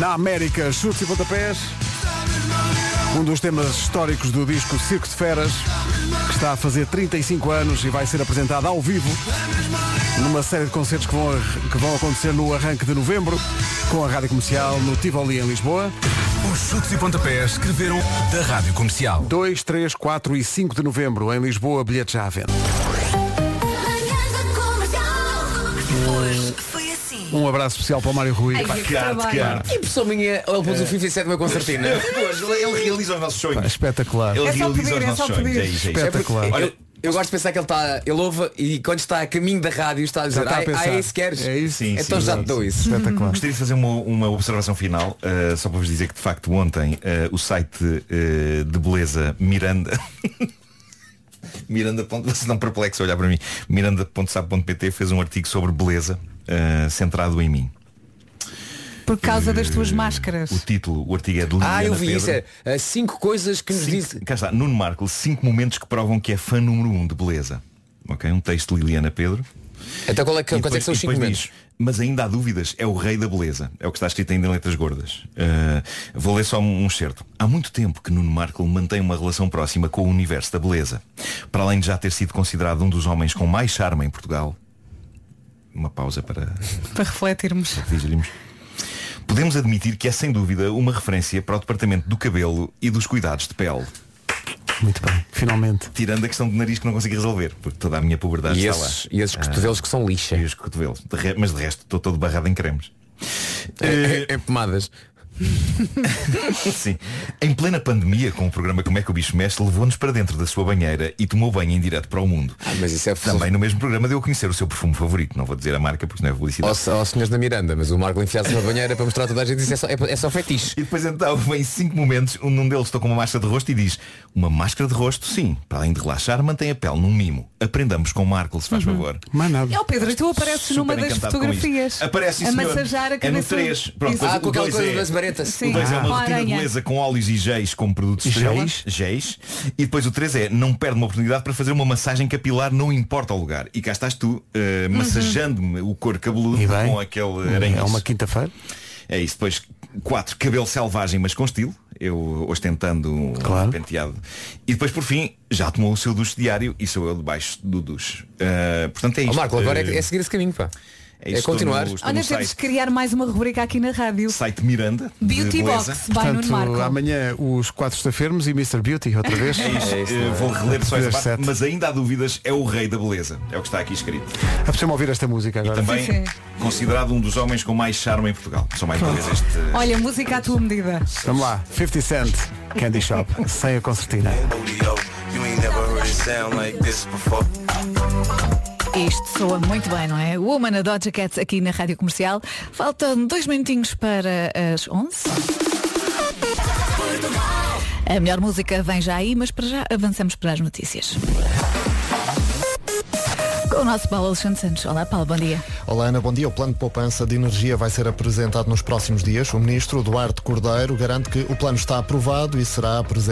S1: Na América, chutes e pontapés. Um dos temas históricos do disco Circo de Feras, que está a fazer 35 anos e vai ser apresentado ao vivo numa série de concertos que vão, que vão acontecer no arranque de novembro com a Rádio Comercial no Tivoli em Lisboa.
S11: Os chutes e pontapés escreveram da Rádio Comercial.
S1: 2, 3, 4 e 5 de novembro em Lisboa, bilhetes já à venda.
S9: Hoje foi assim.
S1: Um abraço especial para o Mário Rui.
S3: Ai,
S1: Pá,
S3: que
S5: que arte,
S3: trabalho.
S5: que arte.
S6: E pessoa minha, ele pôs o 57 meu concertina.
S5: Ele realiza os nossos sonhos.
S1: Espetacular.
S5: Ele
S3: É só
S5: realiza
S3: pedir,
S5: os
S3: é
S5: nossos
S3: só
S5: sonhos.
S3: pedir.
S5: É isso, é isso.
S6: É porque
S1: Espetacular.
S6: eu, eu gosto de pensar que ele está, ele ouve e quando está a caminho da rádio está a dizer,
S1: está a
S6: ah,
S1: pensar.
S6: ah, é isso que queres?
S1: É isso?
S5: Sim,
S6: Então
S5: sim,
S6: já
S5: sim,
S6: te dou
S5: sim.
S6: isso.
S1: Espetacular.
S5: Gostaria de fazer uma, uma observação final, eh, só para vos dizer que de facto ontem eh, o site eh, de beleza Miranda. Miranda. ponto- Vocês estão perplexos a olhar para mim. Miranda.sab.pt fez um artigo sobre beleza eh, centrado em mim.
S3: Por causa das tuas
S5: Eh,
S3: máscaras.
S5: O título, o artigo é de Liliana
S6: Ah, eu vi
S5: Pedro.
S6: isso. É, ah, cinco coisas que nos
S5: Cinco-
S6: dizem.
S5: Cá está, Nuno Marco, cinco momentos que provam que é fã número um de beleza. Ok? Um texto de Liliana Pedro.
S6: Então qual é que,
S5: E
S6: quais é que
S5: depois-
S6: são os
S5: e
S6: cinco
S5: depois
S6: momentos?
S5: diz, Mas ainda há dúvidas, é o rei da beleza. É o que está escrito ainda em letras gordas. Uh, vou ler só um um certo. Há muito tempo que Nuno Markle mantém uma relação próxima com o universo da beleza. Para além de já ter sido considerado um dos homens com mais charme em Portugal. Uma pausa para
S3: Para refletirmos.
S5: digerirmos. Podemos admitir que é sem dúvida uma referência para o departamento do cabelo e dos cuidados de pele.
S3: Hum.
S1: Muito bem, finalmente.
S5: Tirando a questão do nariz que não consegui resolver, porque toda a minha puberdade
S6: E
S5: está
S6: esses,
S5: lá. Ah.
S6: e esses cotovelos que são lixa.
S5: E os cotovelos. De re- Mas de resto estou todo barrado em cremes.
S6: Em em É, pomadas.
S5: Sim. Em plena pandemia, com o programa Como é que o Bicho Mexe, levou-nos para dentro da sua banheira e tomou banho em direto para o mundo. mas isso é Também no mesmo programa deu a conhecer o seu perfume favorito. Não vou dizer a marca porque não é publicidade.
S6: Ó oh, senhores da Miranda, mas o Marco enfiasse na banheira para mostrar a toda a gente isso é só, é, é só fetiche.
S5: E depois então vem cinco momentos, um num deles estou com uma máscara de rosto e diz Uma máscara de rosto, sim, para além de relaxar, mantém a pele num mimo. Aprendamos com o Marco, se faz favor.
S1: Mas nada.
S3: É o Pedro, e tu apareces
S5: Super
S3: numa das
S5: encantado com
S3: fotografias.
S5: isto. Aparece
S3: a
S5: isso.
S3: massajar a
S5: É no
S3: cabeça.
S5: 3. Pronto,
S3: Isso.
S6: Ah,
S5: depois o dois é- O 2 é uma rotina de beleza com óleos e géis como produtos estrela.
S1: Géis?
S5: Géis. E depois o 3 é não perde uma oportunidade para fazer uma massagem capilar, não importa o lugar. E cá estás tu, eh,
S3: Uhum.
S5: massageando-me o couro cabeludo com
S6: Hum,
S5: aquele aranhas.
S1: É uma quinta-feira.
S5: É isso. Depois, quatro, cabelo selvagem, mas com estilo. Eu ostentando um penteado. E depois, por fim, já tomou o seu duche diário e sou eu debaixo do duche. Eh, portanto, é
S6: Ó
S5: isto.
S6: Marco, agora é,
S5: Eh,
S6: é seguir esse caminho, pá.
S5: É
S6: É,
S5: isto,
S6: continuar.
S5: estou no-
S3: Olha,
S5: site.
S3: temos que criar mais uma rubrica aqui na rádio.
S5: site Miranda.
S3: Beauty
S5: de
S3: Box,
S5: beleza.
S3: vai Nuno
S1: Portanto,
S3: Marco.
S1: amanhã os quatro estafermos e Mr. Beauty outra vez.
S5: É isso. Eh, Vou reler só essa parte, mas ainda há dúvidas, é o rei da beleza. É o que está aqui escrito.
S1: Apetece-me Ah, ouvir esta música agora.
S5: Também considerado um dos homens com mais charme em Portugal. São mais beleza este.
S3: Olha, música à tua medida.
S1: Vamos lá, 50 Cent, Candy Shop, sem a concertina.
S16: Isto soa muito bem, não é? Woman, a Doja Cat aqui na Rádio Comercial. Faltam dois minutinhos para as 11. A melhor música vem já aí, mas para já avançamos para as notícias. Com o nosso Paulo Alexandre Santos. Olá, Paulo, bom dia.
S17: Olá Ana, bom dia. O plano de poupança de energia vai ser apresentado nos próximos dias. O ministro Duarte Cordeiro garante que o plano está aprovado e será apresentado.